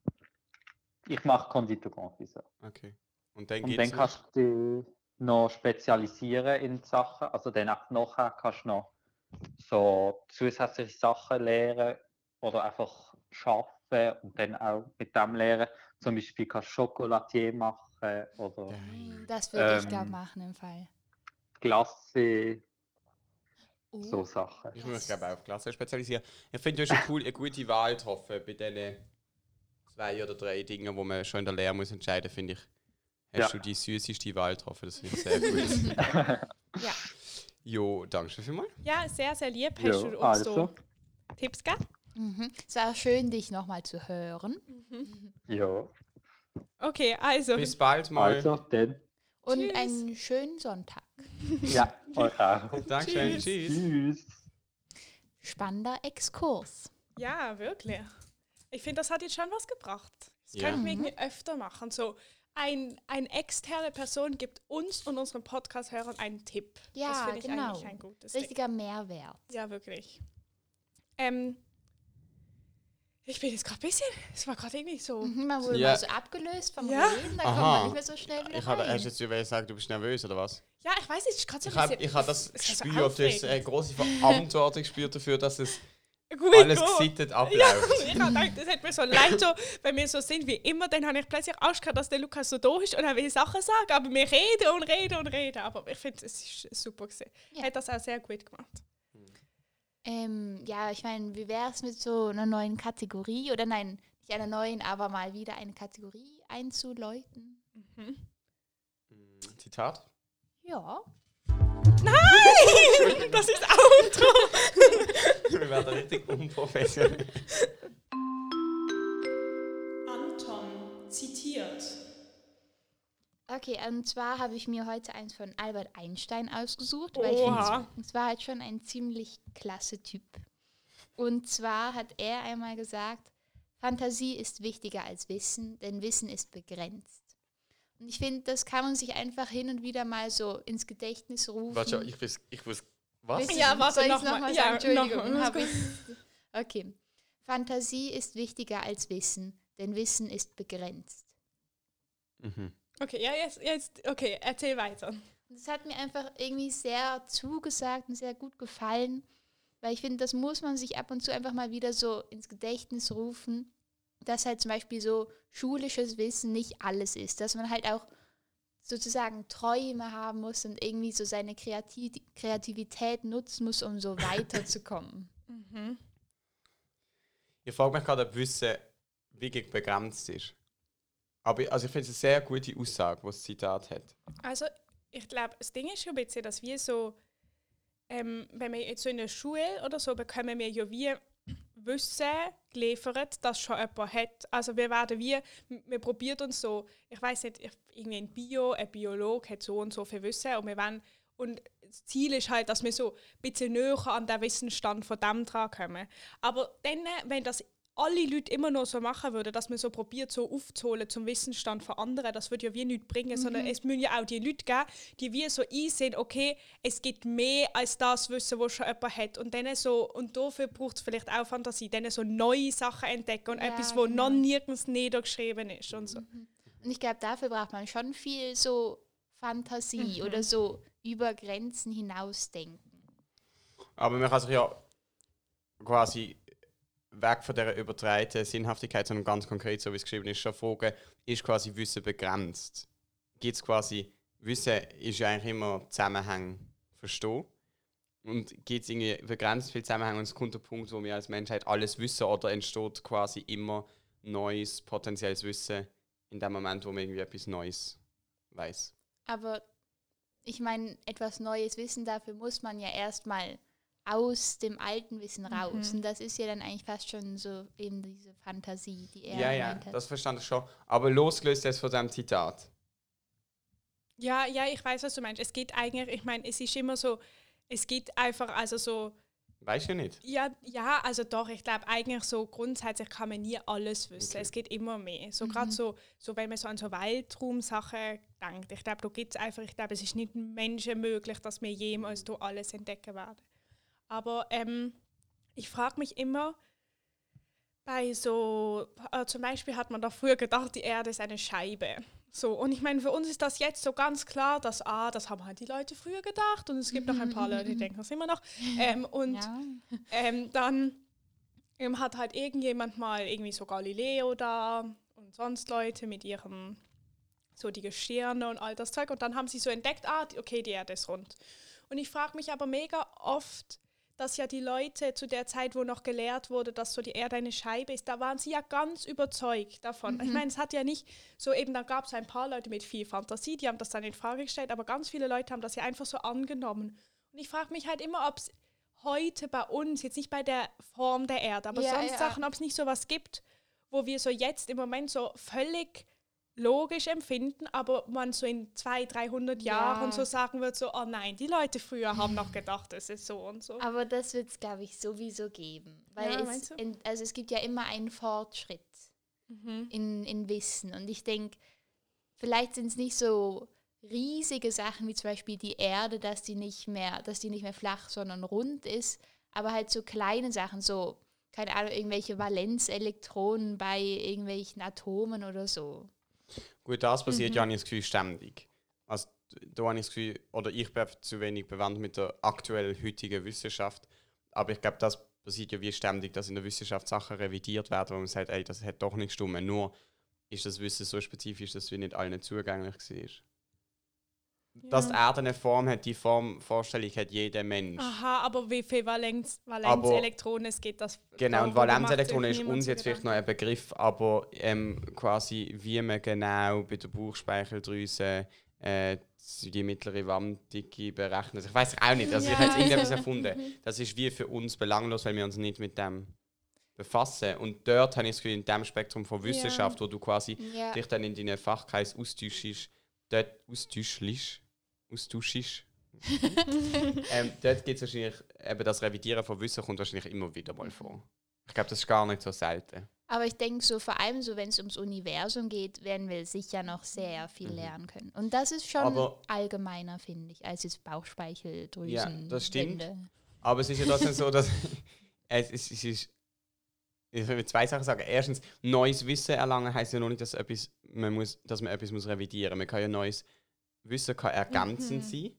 D: ich mache Konditor Konfiseur.
A: Okay. Und dann
D: Und
A: geht's
D: dann kannst du dich noch spezialisieren in Sachen. Also dann auch nachher kannst du noch so zusätzliche Sachen lernen oder einfach schaffen und dann auch mit dem lernen. Zum Beispiel kannst du Chocolatier machen oder
A: Geil.
C: Das würde ich da
D: Ähm.
C: machen im Fall.
D: Glasse,
C: Oh.
D: so Sachen.
A: Ich muss mich glaube auf Klasse spezialisieren. Ich finde, du hast eine, cool, eine gute Wahl getroffen bei diesen zwei oder drei Dingen, wo man schon in der Lehre muss entscheiden, finde ich. Hast du
D: Ja.
A: die süßeste Wahl getroffen, das finde ich sehr gut.
B: Ja.
A: jo, danke schön vielmals.
B: Ja, sehr, sehr lieb hast
D: Ja,
B: du uns
D: also.
B: da Tipps geben?
C: Mhm. Es war schön, dich nochmal zu hören.
D: Ja.
B: Okay, also.
A: Bis bald mal.
D: Also, dann.
C: Und
B: Tschüss.
C: einen schönen Sonntag.
D: Ja, euch auch.
A: Dankeschön.
B: Tschüss.
A: Tschüss.
D: Tschüss.
C: Spannender Exkurs.
B: Ja, wirklich. Ich finde, das hat jetzt schon was gebracht. Das
A: Ja.
B: könnten wir
D: Mhm.
B: irgendwie öfter machen. So, ein, eine externe Person gibt uns und unseren Podcast-Hörern einen Tipp. das
C: Ja,
B: finde ich
C: genau.
B: eigentlich ein gutes Ding.
C: Richtiger Mehrwert.
B: Ja, wirklich. Ähm, ich bin jetzt gerade ein bisschen, es war gerade irgendwie so.
C: Mhm, man wurde
A: Ja.
C: mal so abgelöst vom
B: Ja.
C: Reden, dann kommt
A: Aha.
C: man nicht mehr so schnell wieder
A: Ich habe
C: rein.
A: erst jetzt über gesagt, du bist nervös oder was?
B: Ja, ich weiß nicht, es ist gerade so
A: Ich
B: ein
A: habe
B: bisschen.
A: ich hab das
B: es ist so
A: gespürt, das äh,
B: aufregend.
A: große Verantwortung gespürt dafür, dass es
B: Gut,
A: äh, alles
B: gut.
A: gesittet
B: Ja,
A: abläuft.
B: ich habe gedacht, das hat mir so leid so, wenn wir so sind wie immer, dann habe ich plötzlich Angst gehabt, dass der Lukas so da ist und er will Sachen sagen, aber wir reden und reden und reden. Aber ich finde, es ist super gewesen.
C: Ja.
B: Hat das auch sehr gut gemacht.
C: Ähm, ja, ich meine, wie wäre es mit so einer neuen Kategorie? Oder nein, nicht einer neuen, aber mal wieder eine Kategorie einzuläuten.
A: Zitat.
C: Ja.
B: Nein! Das ist Outro!
A: Wir werden richtig unprofessionell.
B: Anton zitiert.
C: Okay, und zwar habe ich mir heute eins von Albert Einstein ausgesucht, weil ich
B: Oha.
C: finde, es war halt schon ein ziemlich klasse Typ. Und zwar hat er einmal gesagt, Fantasie ist wichtiger als Wissen, denn Wissen ist begrenzt. Und ich finde, das kann man sich einfach hin und wieder mal so ins Gedächtnis rufen.
A: Warte, ja, ich weiß, ich weiß, was?
C: Wisst ihr-
B: Ja, warte,
C: soll ich
B: noch
C: noch
B: mal.
C: mal
B: Ja,
C: sagen? Entschuldigung.
B: noch mal.
C: hab ich's- okay. Fantasie ist wichtiger als Wissen, denn Wissen ist begrenzt.
A: Mhm.
B: Okay, ja, jetzt, jetzt, okay, erzähl weiter.
C: Und Das hat mir einfach irgendwie sehr zugesagt und sehr gut gefallen, weil ich finde, das muss man sich ab und zu einfach mal wieder so ins Gedächtnis rufen, dass halt zum Beispiel so schulisches Wissen nicht alles ist, dass man halt auch sozusagen Träume haben muss und irgendwie so seine Kreati Kreativität nutzen muss, um so weiterzukommen. Mhm.
A: Ich frage mich gerade, ob Wissen wirklich begrenzt ist. Aber ich- also ich finde es eine sehr gute Aussage, die das Zitat hat.
B: Also, ich glaube, das Ding ist schon ein bisschen, dass wir so, ähm, wenn wir jetzt so in der Schule oder so, bekommen wir ja wie Wissen geliefert, das schon jemand hat. Also wir werden wie, m- wir probieren uns so, ich weiß nicht, ich- irgendwie ein Bio, ein Biologe hat so und so viel Wissen und wir wollen, und das Ziel ist halt, dass wir so ein bisschen näher an den Wissensstand von dem dran kommen. Aber dann, wenn das alle Leute immer noch so machen würden, dass man so probiert, so aufzuholen zum Wissensstand von anderen, das würde ja wie nichts bringen,
C: Mhm.
B: sondern es müssen ja auch die Leute geben, die wie so einsehen, okay, es gibt mehr als das Wissen, was schon jemand hat. Und dann so, und dafür braucht es vielleicht auch Fantasie, dann so neue Sachen entdecken und
C: Ja,
B: etwas, wo
C: genau. Mhm.
B: noch nirgends niedergeschrieben ist und so.
C: Und ich glaube, dafür braucht man schon viel so Fantasie oder so über Grenzen hinausdenken.
A: Aber man kann sich ja quasi weg von dieser übertreiten Sinnhaftigkeit, sondern ganz konkret, so wie es geschrieben ist, schon fragen, ist quasi Wissen begrenzt? Gibt es quasi, Wissen ist ja eigentlich immer Zusammenhang verstehen. Und gibt es irgendwie begrenzt viel Zusammenhang und es kommt der Punkt, wo wir als Menschheit alles wissen oder entsteht quasi immer neues potenzielles Wissen in dem Moment, wo man irgendwie etwas Neues weiß.
C: Aber ich meine, etwas Neues wissen, dafür muss man ja erstmal aus dem alten Wissen
B: Mhm.
C: raus. Und das ist ja dann eigentlich fast schon so eben diese Fantasie, die er
A: Ja, ja,
C: gemeint hat.
A: das verstand ich schon. Aber losgelöst jetzt von diesem Zitat.
B: Ja, ja, ich weiß, was du meinst. Es geht eigentlich, ich meine, es ist immer so, es geht einfach, also so,
A: Weißt du nicht?
B: ja, ja, also doch, ich glaube eigentlich so grundsätzlich kann man nie alles wissen. Es geht immer mehr. So gerade so, so, wenn man so an so Weltraumsachen denkt. Ich glaube, da gibt es einfach, ich glaube, es ist nicht Menschen möglich, dass wir jemals da alles entdecken werden. Aber ähm, ich frage mich immer, bei so, äh, zum Beispiel hat man da früher gedacht, die Erde ist eine Scheibe. So, und ich meine, für uns ist das jetzt so ganz klar, dass, ah, das haben halt die Leute früher gedacht und es gibt noch ein paar Leute, die denken das immer noch. Ähm, und
C: Ja.
B: ähm, dann ähm, hat halt irgendjemand mal irgendwie so Galileo da und sonst Leute mit ihrem so die Gestirne und all das Zeug und dann haben sie so entdeckt, ah, die- okay, die Erde ist rund. Und ich frage mich aber mega oft, dass ja die Leute zu der Zeit, wo noch gelehrt wurde, dass so die Erde eine Scheibe ist, da waren sie ja ganz überzeugt davon.
C: Mhm.
B: Ich meine, es hat ja nicht so eben, da gab es ein paar Leute mit viel Fantasie, die haben das dann in Frage gestellt, aber ganz viele Leute haben das ja einfach so angenommen. Und ich frage mich halt immer, ob es heute bei uns, jetzt nicht bei der Form der Erde, aber
C: Ja,
B: sonst
C: ja.
B: Sachen, ob es nicht sowas gibt, wo wir so jetzt im Moment so völlig logisch empfinden, aber man so in 200, 300 Jahren
C: Ja.
B: so sagen wird, so, oh nein, die Leute früher haben noch gedacht, es ist so und so.
C: Aber das wird es, glaube ich, sowieso geben. Weil
B: Ja,
C: es,
B: meinst du?
C: in, also es gibt ja immer einen Fortschritt
B: Mhm.
C: in, in Wissen. Und ich denke, vielleicht sind es nicht so riesige Sachen wie zum Beispiel die Erde, dass die nicht mehr, dass die nicht mehr flach, sondern rund ist, aber halt so kleine Sachen, so, keine Ahnung, irgendwelche Valenzelektronen bei irgendwelchen Atomen oder so.
A: Gut, das passiert ja, habe ich das Gefühl, ständig. Also, da habe ich das Gefühl, oder ich bin zu wenig bewandt mit der aktuell heutigen Wissenschaft. Aber ich glaube, das passiert ja wie ständig, dass in der Wissenschaft Sachen revidiert werden, wo man sagt, ey, das hat doch nicht stimmen. Nur ist das Wissen so spezifisch, dass wir nicht allen zugänglich war. Dass die Erde eine Form hat, die Form, Vorstellung hat jeder Mensch.
B: Aha, aber wie viel Valenz, Valenzelektronen es geht, das
A: Genau, und
B: darüber macht
A: Valenzelektronen
B: sich
A: ist
B: niemand
A: uns
B: so
A: jetzt vielleicht
B: Gedanken.
A: noch ein Begriff, aber ähm, quasi wie man genau bei der Bauchspeicheldrüse äh, die mittlere Wanddicke berechnet. Ich weiß auch nicht, also ich
B: Ja,
A: habe jetzt irgendetwas
B: also-
A: erfunden. Das ist wie für uns belanglos, weil wir uns nicht mit dem befassen. Und dort habe ich das Gefühl, in dem Spektrum von Wissenschaft, wo du quasi
C: Ja.
A: dich dann in deinen Fachkreis austauschst, dort austauschst, austauschst. ähm, dort gibt es wahrscheinlich, eben das Revidieren von Wissen kommt wahrscheinlich immer wieder mal vor. Ich glaube, das ist gar nicht so selten.
C: Aber ich denke so, vor allem so, wenn es ums Universum geht, werden wir sicher noch sehr viel
A: Mhm.
C: lernen können. Und das ist schon
A: Aber-
C: allgemeiner, finde ich, als jetzt Bauchspeicheldrüsen.
A: Ja, das stimmt.
C: Wände.
A: Aber es ist ja trotzdem so, dass es, es, es ist. Ich will zwei Sachen sagen. Erstens, neues Wissen erlangen heißt ja noch nicht, dass, etwas, man muss, dass man etwas muss revidieren muss. Man kann ja neues Wissen kann ergänzend sein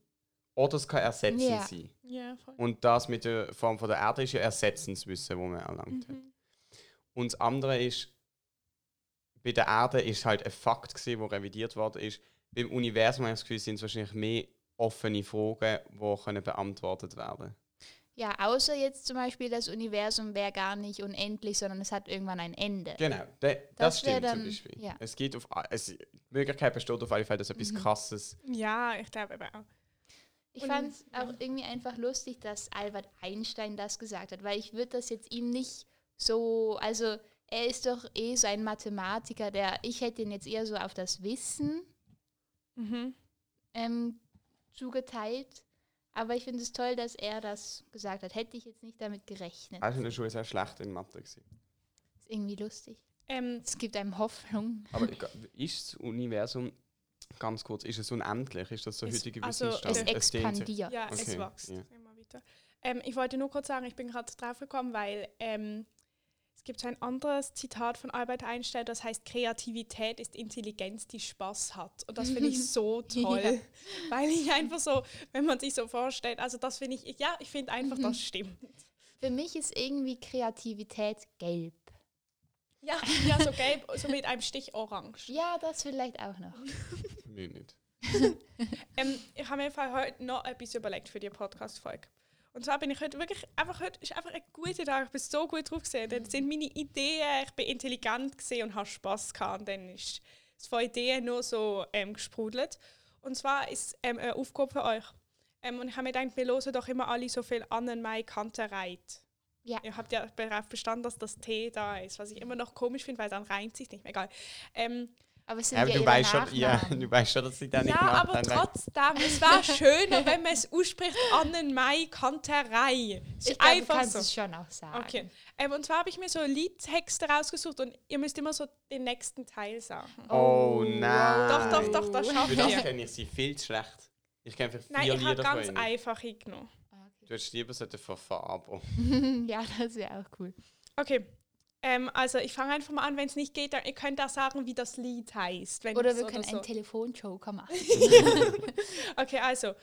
A: oder es kann ersetzend
C: Mhm. Ja.
A: sein.
B: Ja, voll.
A: Und das mit der Form von der Erde ist ja Ersetzenswissen, wo man erlangt hat.
C: Mhm.
A: Und das andere ist, bei der Erde ist halt ein Fakt gewesen, der revidiert worden ist. Beim Universum habe ich das Gefühl, sind es wahrscheinlich mehr offene Fragen, die können beantwortet werden
C: Ja, außer jetzt zum Beispiel, das Universum wäre gar nicht unendlich, sondern es hat irgendwann ein Ende.
A: Genau, de, das,
C: Das wär
A: stimmt zum
C: dann-
A: Beispiel.
C: ja. Mhm.
A: Es geht auf, a- es, die Möglichkeit besteht auf alle Fälle, dass etwas Krasses.
B: ja ich glaube eben auch.
C: Ich
B: Und-
C: fand es auch irgendwie einfach lustig, dass Albert Einstein das gesagt hat, weil ich würde das jetzt ihm nicht so, also er ist doch eh so ein Mathematiker, der, ich hätte ihn jetzt eher so auf das Wissen
B: Mhm.
C: ähm, zugeteilt. Aber ich finde es toll, dass er das gesagt hat. Hätte ich jetzt nicht damit gerechnet.
A: Also in der Schule sehr schlecht in Mathe. Gewesen.
C: Ist irgendwie lustig.
B: Ähm,
C: Es gibt einem Hoffnung.
A: Aber ich- ist das Universum, ganz kurz, ist es unendlich? Ist das so
B: Es-
A: heutige
B: also,
A: Wissensstand?
B: Ja.
C: Es
A: Es dehnt sich.
C: expandiert.
B: Ja,
A: Okay,
B: es wächst
A: ja.
B: immer weiter. Ähm, ich wollte nur kurz sagen, ich bin gerade drauf gekommen, weil ähm, es gibt so ein anderes Zitat von Albert Einstein, das heißt, Kreativität ist Intelligenz, die Spaß hat. Und das finde ich so toll,
C: Ja.
B: weil ich einfach so, wenn man sich so vorstellt, also das finde ich, ich- ja, ich finde einfach, das stimmt.
C: Für mich ist irgendwie Kreativität gelb.
B: Ja, ja, so gelb, so mit einem Stich orange.
C: Ja, das vielleicht auch noch.
A: Nee, nicht.
B: Ähm, ich habe mir Fall heute noch etwas überlegt für die Podcast-Folge. Und zwar bin ich heute wirklich, einfach heute ist einfach ein guter Tag. Ich bin so gut drauf gesehen. Dann sind meine Ideen, ich bin intelligent gesehen und habe Spass gehabt. Und dann ist das von Ideen nur so ähm, gesprudelt. Und zwar ist ähm, eine Aufgabe für euch. Ähm, und ich habe mir gedacht, wir hören doch immer alle so viel an und meine Kante reit.
C: Ja.
B: Ihr habt ja darauf verstanden, dass das T da ist, was ich immer noch komisch finde, weil dann reimt sich nicht mehr. Egal. Ähm,
C: Aber es sind
A: Aber
C: ja
A: du,
C: ihre
A: weißt schon,
C: Nachnamen.
A: ja, du weißt schon, dass ich da nicht
B: Ja,
A: gemacht
B: aber
A: habe.
B: trotzdem, es wäre schöner, wenn man es ausspricht, Annenmai Kanterei. Es ist
C: Ich glaube, du
B: einfach
C: kannst
B: so.
C: es schon auch sagen.
B: Okay. Ähm, und zwar habe ich mir so Liedtexte rausgesucht und ihr müsst immer so den nächsten Teil sagen.
A: Oh
C: Oh,
A: nein.
B: Doch, doch, doch, das
A: Für
B: schaffen
A: das
B: wir.
A: kenne ich sie viel zu schlecht. Ich kenne vielleicht vier
B: Nein, ich habe
A: Lieder
B: ganz
A: von ihnen.
B: einfache genommen.
A: Du hättest lieber sollten von Farbe.
C: ja, das wäre auch cool.
B: Okay. Ähm, also ich fange einfach mal an, wenn es nicht geht, dann ihr könnt auch sagen, wie das Lied heißt. Wenn
C: Oder
B: es
C: wir können
B: so.
C: einen Telefonjoker machen.
B: Okay, also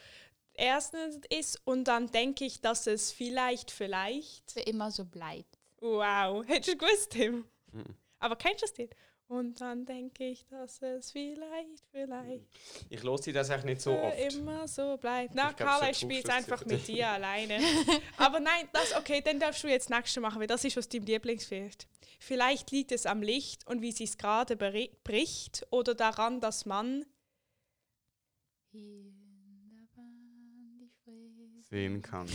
B: erstens ist und dann denke ich, dass es vielleicht, vielleicht.
C: Für immer so bleibt.
B: Wow, hättest du gewusst, Tim?
A: Mhm.
B: Aber kennst du das Lied? Und dann denke ich, dass es vielleicht, vielleicht
A: Ich höre sie das eigentlich nicht so
B: für
A: oft.
B: immer so bleibt. Na,
A: Ich glaub, so
B: Carla, ich spiele
A: Trugschlüsse.
B: einfach mit dir alleine. Aber nein, das okay, dann darfst du jetzt nächste machen, weil das ist aus deinem Lieblingsfeld. Vielleicht liegt es am Licht und wie sie es gerade beri- bricht oder daran, dass man.
C: Hier in der Wand, ich weiß-
A: Sehen kann.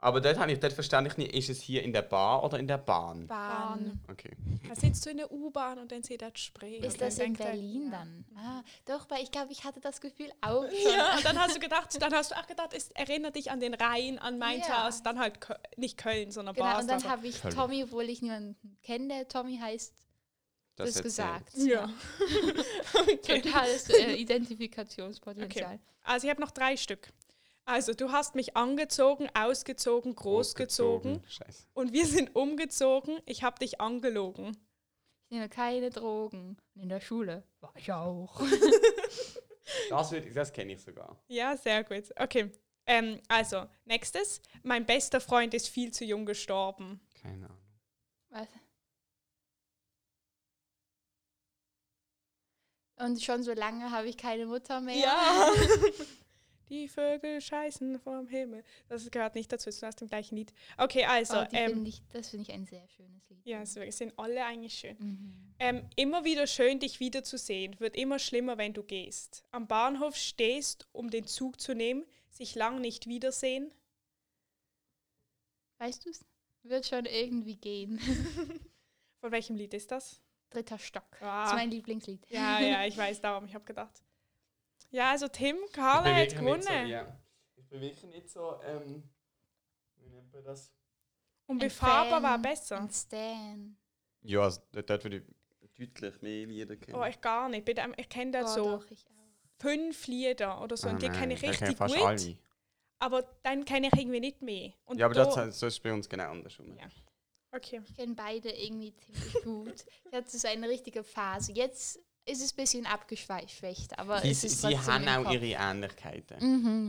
A: Aber dort, habe ich, dort verstehe ich nicht, ist es hier in der Bar oder in der Bahn?
C: Bahn.
A: Okay.
B: Da sitzt du in der U-Bahn und dann sieht er das Spree.
C: Ist
B: und dann
C: das in
B: denkt er-
C: Berlin
B: ja.
C: dann? Ah, doch, weil ich glaube, ich hatte das Gefühl auch schon.
B: Ja, und dann hast du gedacht, dann hast du auch gedacht, es erinnert dich an den Rhein, an Main
C: Ja.
B: Taas, dann halt Kö nicht Köln, sondern
C: Genau,
B: Basel.
C: und dann
B: aber-
C: habe ich
A: Köln.
C: Tommy, obwohl ich niemanden kenne, Tommy heißt, das,
A: erzähl.
C: gesagt.
B: ja. okay.
C: Totales äh, Identifikationspotenzial.
B: Also ich habe noch drei Stück. Also du hast mich angezogen, ausgezogen, großgezogen
A: Scheiße.
B: und wir sind umgezogen. Ich habe dich angelogen.
C: Ich nehme keine Drogen. Und In der Schule war ich auch.
A: Das, würd- das kenne ich sogar.
B: Ja, sehr gut. Okay. Ähm, also, nächstes. Mein bester Freund ist viel zu jung gestorben.
A: Keine Ahnung.
C: Was? Und schon so lange habe ich keine Mutter mehr.
B: Die Vögel scheißen vom Himmel. Das gehört nicht dazu, es ist aus dem gleichen Lied. Okay, also,
C: oh, die
B: ähm,
C: finde ich, das finde ich ein sehr schönes Lied.
B: ja, so, es sind alle eigentlich schön.
C: Mhm.
B: Ähm, immer wieder schön, dich wiederzusehen. Wird immer schlimmer, wenn du gehst. Am Bahnhof stehst, um den Zug zu nehmen, sich lang nicht wiedersehen.
C: Weißt du es? Wird schon irgendwie gehen.
B: Von welchem Lied ist das?
C: Dritter Stock. Das
B: Ah.
C: ist mein Lieblingslied.
B: Ja, ja, ich weiß darum, ich habe gedacht. Ja, also Tim, Carla hat gewonnen.
A: Ich bin wirklich nicht so, ähm, wie nennt man das?
B: Und
C: Ein
B: befahrbar
C: Fan,
B: war besser.
C: Ein Stan.
A: Ja, also, dort, dort würde ich deutlich mehr Lieder kennen.
B: Oh, ich gar nicht. Bitte, ähm, Ich kenne da
C: Oh,
B: so
C: doch, ich auch.
B: fünf Lieder oder so.
A: Ah,
B: und die kenne ich richtig
A: fast
B: gut.
A: Alle.
B: Aber dann kenne ich irgendwie nicht mehr. Und
A: Ja, aber
B: da-
A: das, das ist bei uns genau andersrum.
B: Ja. Okay.
C: Ich kenne beide irgendwie ziemlich gut. Ich hatte so eine richtige Phase. Jetzt ist es ein bisschen abgeschwächt, aber
A: Sie,
C: es ist
A: sie
B: halt
C: trotzdem
A: haben
C: im
A: auch
C: Kopf.
A: ihre Ähnlichkeiten.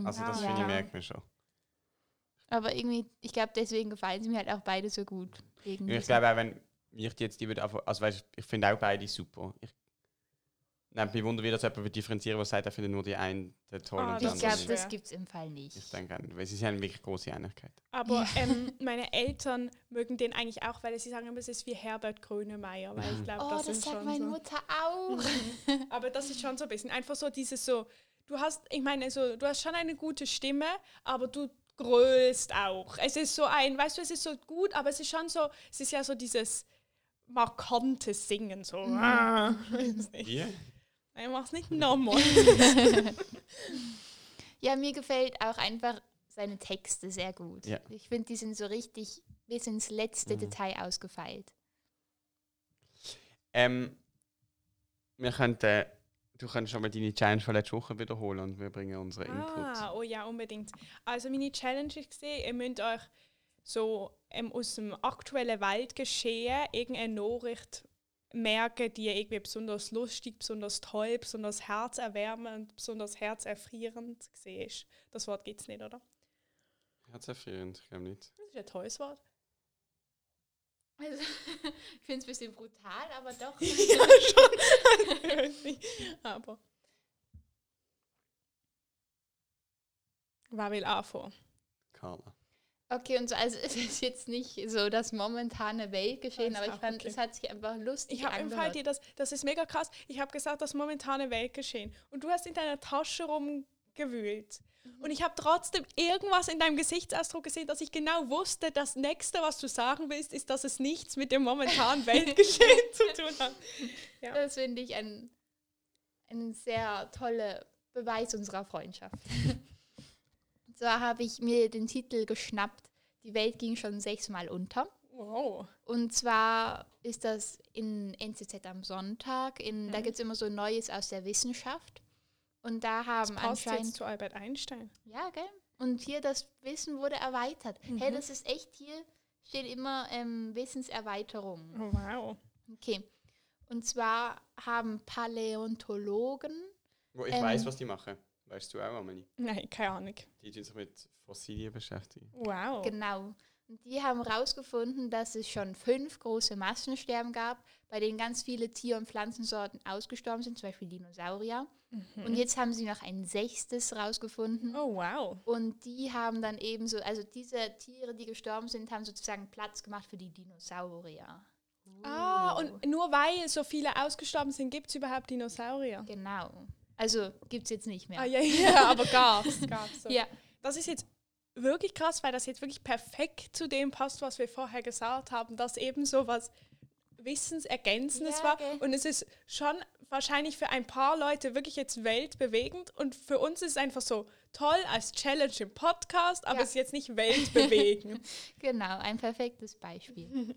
C: Mhm.
A: Also das
B: Ja.
A: finde ich
B: Ja. Mhm.
A: merkt man schon.
C: Aber irgendwie, ich glaube, deswegen gefallen sie mir halt auch beide so gut. Wegen
A: Ich
C: diesem-
A: glaube auch, wenn ich die jetzt die würde, anfangen- also weißt, ich finde auch beide super. Ich nehme mich wunder, wie das jemand differenzieren würde, der sagt, er findet nur die einen toll
B: Ah,
A: und die
C: ich
B: das
A: anderen
C: glaube,
B: ist
A: nicht.
C: das
B: schwer.
C: gibt es im Fall nicht.
A: Ich denke auch nicht, weil sie haben wirklich große Ähnlichkeit.
B: Aber ähm, meine Eltern mögen den eigentlich auch, weil sie sagen immer, es ist wie Herbert Grönemeyer. Weil ich glaube,
C: oh,
B: das,
C: das,
B: ist
C: sagt
B: schon
C: meine
B: so.
C: Mutter auch.
B: Aber das ist schon so ein bisschen einfach so dieses so, du hast, ich meine, so, du hast schon eine gute Stimme, aber du grölst auch. Es ist so ein, weißt du, es ist so gut, aber es ist schon so, es ist ja so dieses markante Singen so.
C: Mhm.
B: Ah, weiß nicht.
A: Wie?
B: Nein, mach's nicht nochmal.
C: ja, mir gefällt auch einfach seine Texte sehr gut.
A: Ja. Mhm.
C: Ich finde, die sind so richtig bis ins letzte Detail ausgefeilt.
A: Ähm, wir könnten, äh, du könntest schon mal deine Challenge von letzter Woche wiederholen und wir bringen unseren Input.
B: ah, oh ja, unbedingt. Also meine Challenge ist gesehen, ihr müsst euch so ähm, aus dem aktuellen Weltgeschehen irgendeine Nachricht merken, die irgendwie besonders lustig, besonders toll, besonders herzerwärmend, besonders herzerfrierend gesehen ist. Das Wort gibt es nicht, oder?
A: Herzerfrierend, ich glaube nicht.
B: Das ist ein tolles Wort.
C: Also, ich finde es ein bisschen brutal, aber doch.
B: ja, schon. Ich weiß nicht. Aber. Wer will anfangen?
A: Carla.
C: Okay, und so, also es ist jetzt nicht so das momentane Weltgeschehen,
B: Alles
C: aber ich
B: klar,
C: fand,
B: okay.
C: es hat sich einfach lustig
B: Ich habe im Fall
C: angehört.
B: dir das, das ist mega krass. Ich habe gesagt, das momentane Weltgeschehen. Und du hast in deiner Tasche rumgewühlt. Und ich habe trotzdem irgendwas in deinem Gesichtsausdruck gesehen, dass ich genau wusste, das nächste, was du sagen willst, ist, dass es nichts mit dem momentanen Weltgeschehen zu tun hat.
C: Das finde ich ein, ein sehr toller Beweis unserer Freundschaft. und zwar habe ich mir den Titel geschnappt, die Welt ging schon sechsmal unter.
B: Wow.
C: Und zwar ist das in NCZ am Sonntag, in,
B: Mhm.
C: da gibt es immer so Neues aus der Wissenschaft. Und da
B: Das
C: haben
B: passt
C: anscheinend
B: jetzt zu Albert Einstein.
C: Ja, gell? Und hier das Wissen wurde erweitert. Hey, das ist echt hier, steht immer ähm, Wissenserweiterung.
B: Oh, wow.
C: Okay. Und zwar haben Paläontologen,
A: Wo ich
C: Ähm.
A: weiß, was die machen. Weißt du auch, Amelie?
B: Nein, keine Ahnung.
A: Die tun sich mit Fossilien beschäftigen.
B: Wow.
C: genau, und die haben herausgefunden, dass es schon fünf große Massensterben gab, bei denen ganz viele Tier- und Pflanzensorten ausgestorben sind, zum Beispiel Dinosaurier. Und jetzt haben sie noch ein sechstes herausgefunden.
B: Oh, wow.
C: Und die haben dann eben so, also diese Tiere, die gestorben sind, haben sozusagen Platz gemacht für die Dinosaurier.
B: Ah,
C: Oh.
B: und nur weil so viele ausgestorben sind, gibt es überhaupt Dinosaurier.
C: Genau. Also gibt es Genau. jetzt nicht mehr.
B: Ah, ja, ja, aber gab's, gab's. So.
C: Ja.
B: Das ist jetzt wirklich krass, weil das jetzt wirklich perfekt zu dem passt, was wir vorher gesagt haben, dass eben so was Wissensergänzendes
C: Ja,
B: war.
C: gell.
B: Und es ist schon wahrscheinlich für ein paar Leute wirklich jetzt weltbewegend und für uns ist es einfach so toll als Challenge im Podcast, aber
C: Ja.
B: es ist jetzt nicht weltbewegend.
C: Genau, ein perfektes Beispiel.
B: Mhm.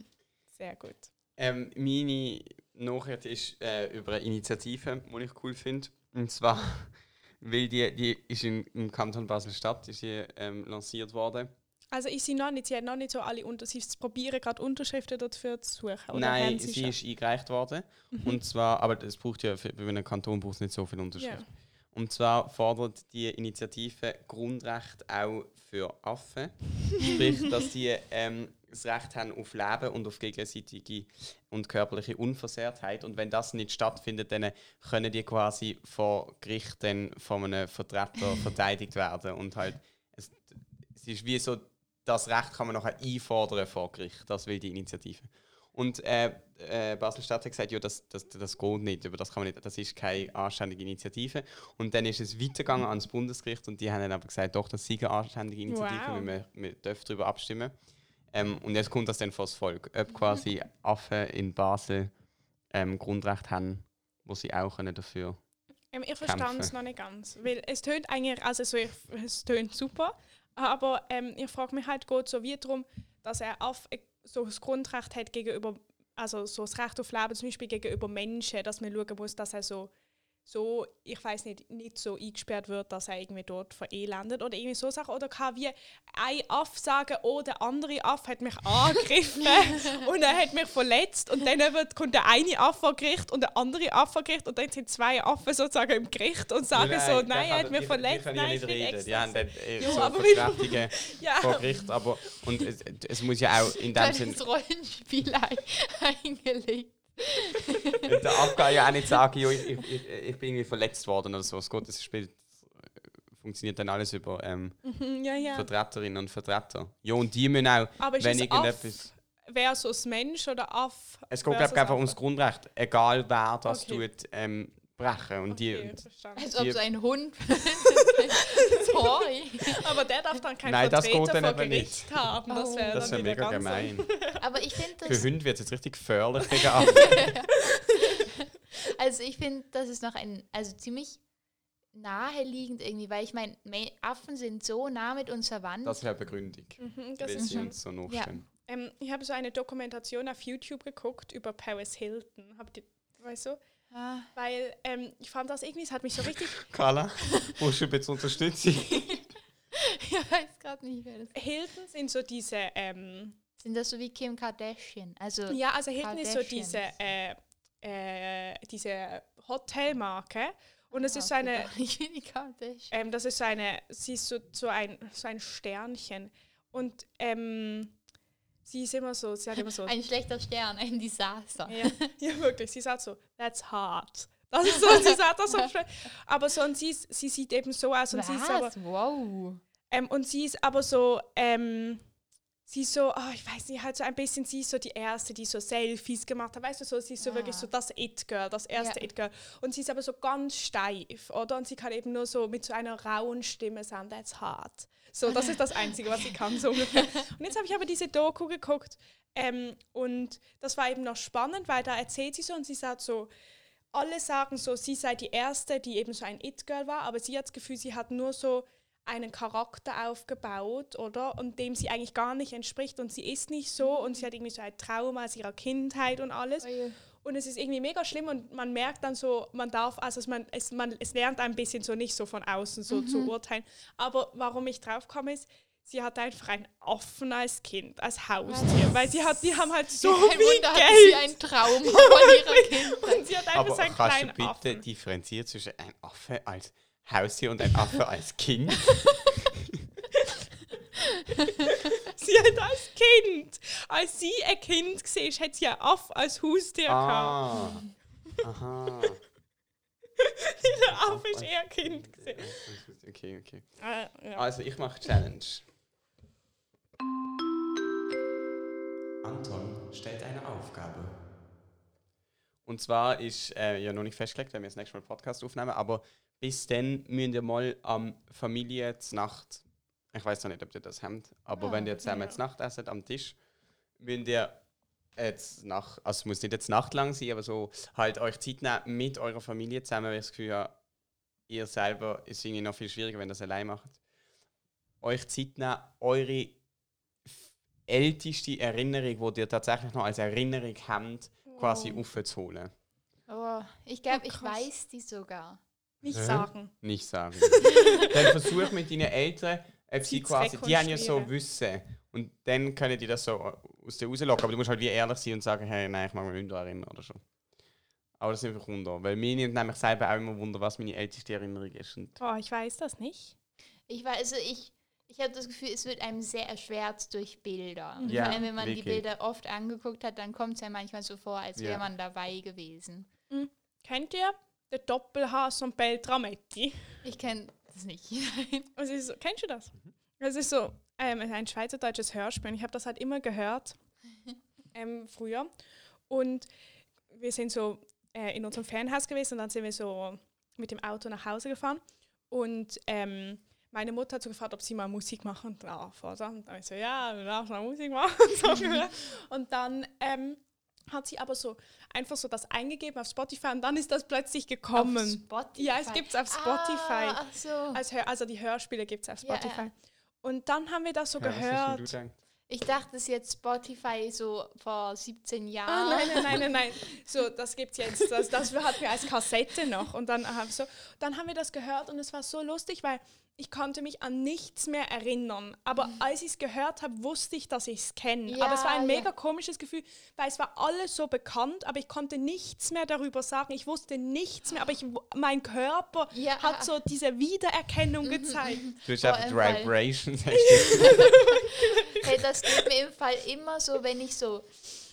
B: Sehr gut.
A: Ähm, meine Nachricht ist äh, über eine Initiative, die ich cool finde. Und zwar, weil die, die ist in, im Kanton Basel-Stadt ist die, ähm, lanciert worden.
B: Also ich sie noch nicht, sie hat noch nicht so alle Unter sie probieren gerade Unterschriften dafür zu suchen. Oder
A: Nein,
B: haben
A: sie,
B: schon? Mhm.
A: ist eingereicht worden. Und zwar, aber es braucht ja, für, für einen Kanton braucht es nicht so viel Unterschrift.
B: Ja.
A: Und zwar fordert die Initiative Grundrecht auch für Affen. Sprich, dass die ähm, das Recht haben auf Leben und auf gegenseitige und körperliche Unversehrtheit. Und wenn das nicht stattfindet, dann können die quasi vor Gericht dann von einem Vertreter verteidigt werden. Und halt, es, es ist wie so, das Recht kann man nachher einfordern vor Gericht. Das will die Initiative. Und äh, äh, Basel-Stadt hat gesagt, ja, das, das, das geht nicht, über das kann man nicht, das ist keine anständige Initiative. Und dann ist es weitergegangen ans Bundesgericht und die haben dann aber gesagt, doch, das sei eine anständige Initiative,
B: Wow.
A: wir, wir, wir dürfen darüber abstimmen. Ähm, und jetzt kommt das dann vor das Volk, ob quasi
B: Mhm.
A: Affen in Basel ähm, Grundrecht haben, wo sie auch können dafür.
B: Ähm, Ich verstehe es
A: kämpfen.
B: noch nicht ganz. Weil es tönt eigentlich, also so, ich, es tönt super, aber ähm, ich frage mich halt, geht so wie darum, dass er auf äh, so das Grundrecht hat gegenüber, also so das Recht auf Leben zum Beispiel gegenüber Menschen, dass man schauen muss, dass er so, so ich weiß nicht, nicht so eingesperrt wird, dass er irgendwie dort verelendet oder irgendwie so Sachen. Oder kann wie ein Aff sagen, oh, der andere Aff hat mich angegriffen und er hat mich verletzt. Und dann wird, kommt der eine Aff vor Gericht und der andere Aff vor Gericht und dann sind zwei Affen sozusagen im Gericht und sagen so, nein, er hat mich verletzt, nein, ich bin extra.
A: Die haben dann äh,
B: Jo,
A: so
B: aber
A: Vertretung
B: Ja.
A: vor Gericht, aber und es, es muss ja auch in dem Sinne.
C: Kleines Rollenspiel ein- eingelegt.
A: Der Aff kann ja auch nicht sagen, jo, ich, ich, ich, ich bin irgendwie verletzt worden oder so. Es geht, es spielt, funktioniert dann alles über ähm,
B: Mhm, ja, ja.
A: Vertreterinnen und Vertreter. Ja, und die müssen auch,
B: Aber ist
A: wenn
B: es Aff
A: irgendetwas.
B: versus Mensch oder Aff
A: Es geht, glaube
B: versus
A: ich, um einfach
B: Affe?
A: ums Grundrecht, egal wer das
B: Okay.
A: tut, ähm, brechen. Und die,
B: Okay,
A: und
B: verstanden. Also,
C: Als ob
A: Die-
C: so ein Hund. Sorry.
B: Aber der darf dann keinen
A: Nein, das
B: Vertreter
A: geht dann
B: vor
A: eben
B: Gericht haben. Das
C: Oh.
B: wäre
A: das
B: dann
A: wäre
B: wieder
A: mega
B: ganz
A: gemein.
C: Aber ich finde das.
A: Für Hunde wird es jetzt richtig gefährlich gegen Affen.
C: Also ich finde, das ist noch ein, also ziemlich naheliegend irgendwie, weil ich meine, Affen sind so nah mit uns verwandt.
A: Das wäre Begründung.
B: Mhm, das
A: Weil
B: ist
A: sie
B: schon.
A: uns so nachstehen.
B: Ähm, ich habe so eine Dokumentation auf YouTube geguckt über Paris Hilton. Habt ihr, weißt du?
C: ah,
B: Weil ähm, ich fand das irgendwie, es hat mich so richtig.
A: Carla, brauchst du ein bisschen Unterstützung?
C: ich weiß gerade nicht, wer das ist.
B: Hilton sind so diese. Ähm,
C: Sind das so wie Kim Kardashian? Also,
B: ja, also Hilton ist so diese,
C: Kardashians.
B: äh, äh, diese Hotelmarke. Und es
C: Ah,
B: ist so eine
C: okay, doch, Ich bin die Kardashian.
B: Ähm, das ist so eine, sie ist so, so, ein, so ein Sternchen. Und ähm, sie ist immer so, sie hat immer so.
C: Ein schlechter Stern, ein Desaster.
B: ja, ja, wirklich, sie sagt so, that's hard. Das ist so, sie sagt das so schnell. Aber so, und sie, ist- sie sieht eben so aus und sie ist aber.
C: Was? Wow.
B: Ähm, und sie ist aber so, ähm, sie ist so, ah, ich weiß nicht, halt so ein bisschen, sie ist so die Erste, die so Selfies gemacht hat, weißt du, so, sie ist so
C: Ah.
B: wirklich so das It-Girl, das erste
C: Ja.
B: It-Girl. Und sie ist aber so ganz steif, oder? Und sie kann eben nur so mit so einer rauen Stimme sagen, that's hard. So, das ist das Einzige, was sie kann, so ungefähr. Und jetzt habe ich aber diese Doku geguckt ähm, und das war eben noch spannend, weil da erzählt sie so und sie sagt so, alle sagen so, sie sei die Erste, die eben so ein It-Girl war, aber sie hat das Gefühl, sie hat nur so einen Charakter aufgebaut, oder? Und dem sie eigentlich gar nicht entspricht und sie ist nicht so und sie hat irgendwie so ein Trauma aus ihrer Kindheit und
C: Oh
B: alles. Und es ist irgendwie mega schlimm und man merkt dann so, man darf, also es, man, es, man, es lernt ein bisschen so nicht so von außen so
C: Mhm.
B: zu urteilen. Aber warum ich drauf komme ist, sie hat einfach einen Affen als Kind, als Haustier, weil sie hat, die haben halt so
C: Kein
B: viel
C: Wunder hat sie
B: Geld.
C: ein Trauma von ihrer Kindheit.
B: Und sie hat einfach
A: Aber
B: so einen
A: kannst du
B: kleinen
A: bitte
B: Affen.
A: differenzieren zwischen einem Affe als Haustier und einem Affe als Kind?
B: Sie hat als Kind, als sie ein Kind war, hat sie einen Aff als Haustier gehabt.
A: ah. Aha.
B: Der Affe
A: Oh
B: ist eher ein Kind. gewesen.
A: Okay, okay.
C: Ah,
B: Äh, ja.
A: Also ich mache Challenge. Anton stellt eine Aufgabe. Und zwar ist äh, ja noch nicht festgelegt, wenn wir das nächste Mal einen Podcast aufnehmen, aber bis dann müssen wir mal am Familie Nacht Ich weiß noch nicht, ob ihr das habt, aber
C: Ah,
A: wenn ihr zusammen
B: ja.
A: jetzt Nacht esset am Tisch, müsst ihr jetzt nach, also es muss nicht jetzt nachtlang sein, aber so halt euch Zeit nehmen mit eurer Familie zusammen, weil ich das Gefühl habe, ihr selber ist irgendwie noch viel schwieriger, wenn ihr das allein macht. Euch Zeit nehmen, eure f- älteste Erinnerung, die ihr tatsächlich noch als Erinnerung habt, quasi
B: Oh.
A: aufzuholen.
C: Oh, ich glaube,
B: Oh,
C: ich
B: krass.
C: weiß die sogar.
B: Nicht
A: Hä?
B: sagen.
A: Nicht sagen. dann versuch mit deinen Eltern, ob sie
B: Sie zu
A: quasi, die haben ja so
B: rekonstruieren.
A: Wissen. Und dann können die das so aus dir rauslocken. Aber du musst halt wie ehrlich sein und sagen, hey, nein, ich mag mich nicht daran erinnern oder so. Aber das ist einfach Wunder. Weil mir nimmt nämlich selber auch immer Wunder, was meine älteste Erinnerung ist. Und
B: Oh, ich weiß das nicht.
C: Ich weiß, also ich, ich habe das Gefühl, es wird einem sehr erschwert durch Bilder. Und
A: Ja,
C: Vor allem, wenn man
A: wirklich.
C: die Bilder oft angeguckt hat, dann kommt es ja manchmal so vor, als
A: Ja.
C: wäre man dabei gewesen.
B: Kennt ihr den Doppelhaas von Beltrametti?
C: Ich kenne das nicht.
B: Also Es ist so, kennst du das?
C: Mhm.
B: Es ist so ähm, ein schweizerdeutsches Hörspiel. und Ich habe das halt immer gehört ähm, früher. Und wir sind so äh, in unserem Ferienhaus gewesen und dann sind wir so mit dem Auto nach Hause gefahren. Und ähm, meine Mutter hat so gefragt, ob sie mal Musik machen darf. Oder? Und dann ich so, ja, du darfst mal Musik machen. So ungefähr. und dann ähm, hat sie aber so einfach so das eingegeben auf Spotify und dann ist das plötzlich gekommen.
C: Auf Spotify.
B: Ja, es gibt's auf Spotify.
C: Ah, ach so.
B: Als Hör also die Hörspiele gibt es auf
C: Ja, ja.
B: Spotify. Und dann haben wir das so
A: Ja, was hast denn du
B: gehört.
A: gedacht?
C: ich dachte, es ist jetzt Spotify so vor 17 Jahren.
B: Ah, nein, nein, nein, nein, nein. So, das gibt's jetzt. Das, das hatten wir als Kassette noch. Und dann, haben so, dann haben wir das gehört und es war so lustig, weil ich konnte mich an nichts mehr erinnern. Aber als ich es gehört habe, wusste ich, dass ich es kenne.
C: Ja,
B: aber es war ein
C: Mhm. ja.
B: mega komisches Gefühl, weil es war alles so bekannt, aber ich konnte nichts mehr darüber sagen. Ich wusste nichts mehr, aber ich, wu- mein Körper
C: Ja. Mhm,
B: hat so diese Wiedererkennung gezeigt.
A: Du hast
C: Vor
A: einfach
C: allem, weil-
A: Vibrations. hast du-
C: Hey, das geht mir im Fall immer so, wenn ich so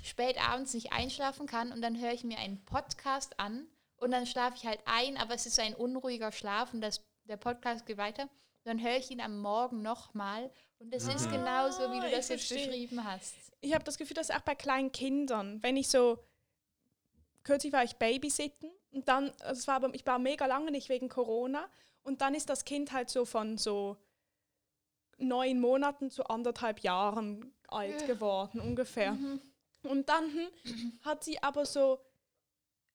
C: spät abends nicht einschlafen kann und dann höre ich mir einen Podcast an und dann schlafe ich halt ein, aber es ist so ein unruhiger Schlaf und das, der Podcast geht weiter. Dann höre ich ihn am Morgen nochmal und es ist genauso, wie
B: Ah,
C: du
B: ich
C: das jetzt
B: verstehe.
C: beschrieben hast.
B: ich habe das Gefühl, dass auch bei kleinen Kindern, wenn ich so kürzlich war ich babysitten und dann also es war aber ich war mega lange nicht wegen Corona und dann ist das Kind halt so von so neun Monaten zu anderthalb Jahren alt
C: Ja.
B: geworden ungefähr
C: Mhm.
B: und dann hat sie aber so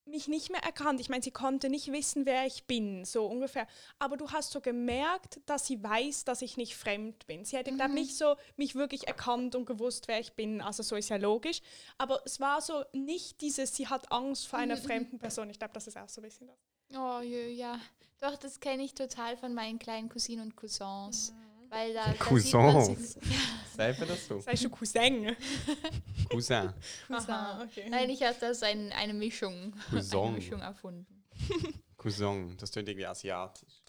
B: mich nicht mehr erkannt. Ich meine, sie konnte nicht wissen, wer ich bin, so ungefähr. Aber du hast so gemerkt, dass sie weiß, dass ich nicht fremd bin. Sie hätte, glaube
C: Mhm.
B: nicht so mich wirklich erkannt und gewusst, wer ich bin. Also so ist ja logisch. Aber es war so nicht dieses, sie hat Angst vor einer
C: Mhm, mhm.
B: fremden Person. Ich glaube, das ist auch so ein bisschen das.
C: Oh jö, ja, doch, das kenne ich total von meinen kleinen Cousinen und Cousins.
B: Mhm.
C: Weil da, da sieht man
A: Cousins.
C: sich, ja,
A: Sag mir das so.
B: Das heißt schon Cousin.
A: Cousin.
C: Cousin.
B: Aha, Äh, okay.
C: Nein, ich habe das ein, eine Mischung, eine
A: Cousin.
C: Mischung erfunden.
A: Cousin. Das klingt irgendwie asiatisch.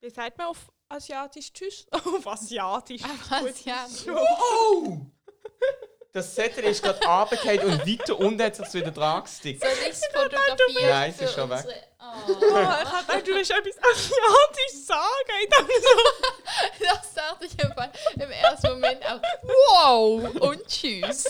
B: Wie sagt man auf Asiatisch Tschüss? Auf Asiatisch.
C: Aber
B: Gut.
C: ja,
A: Oh! Das Zettel ist gerade runtergefallen und weiter unten hat es sich wieder dran gestickt.
C: Soll ich es fotografieren?
A: Nein, es
C: für
A: ist schon weg.
C: unsere-
B: Oh,
C: Oh,
B: ich hab gedacht, du willst etwas Asiatisch sagen. Ich dachte so,
C: das dachte ich einfach im ersten Moment auch. Wow! Und tschüss.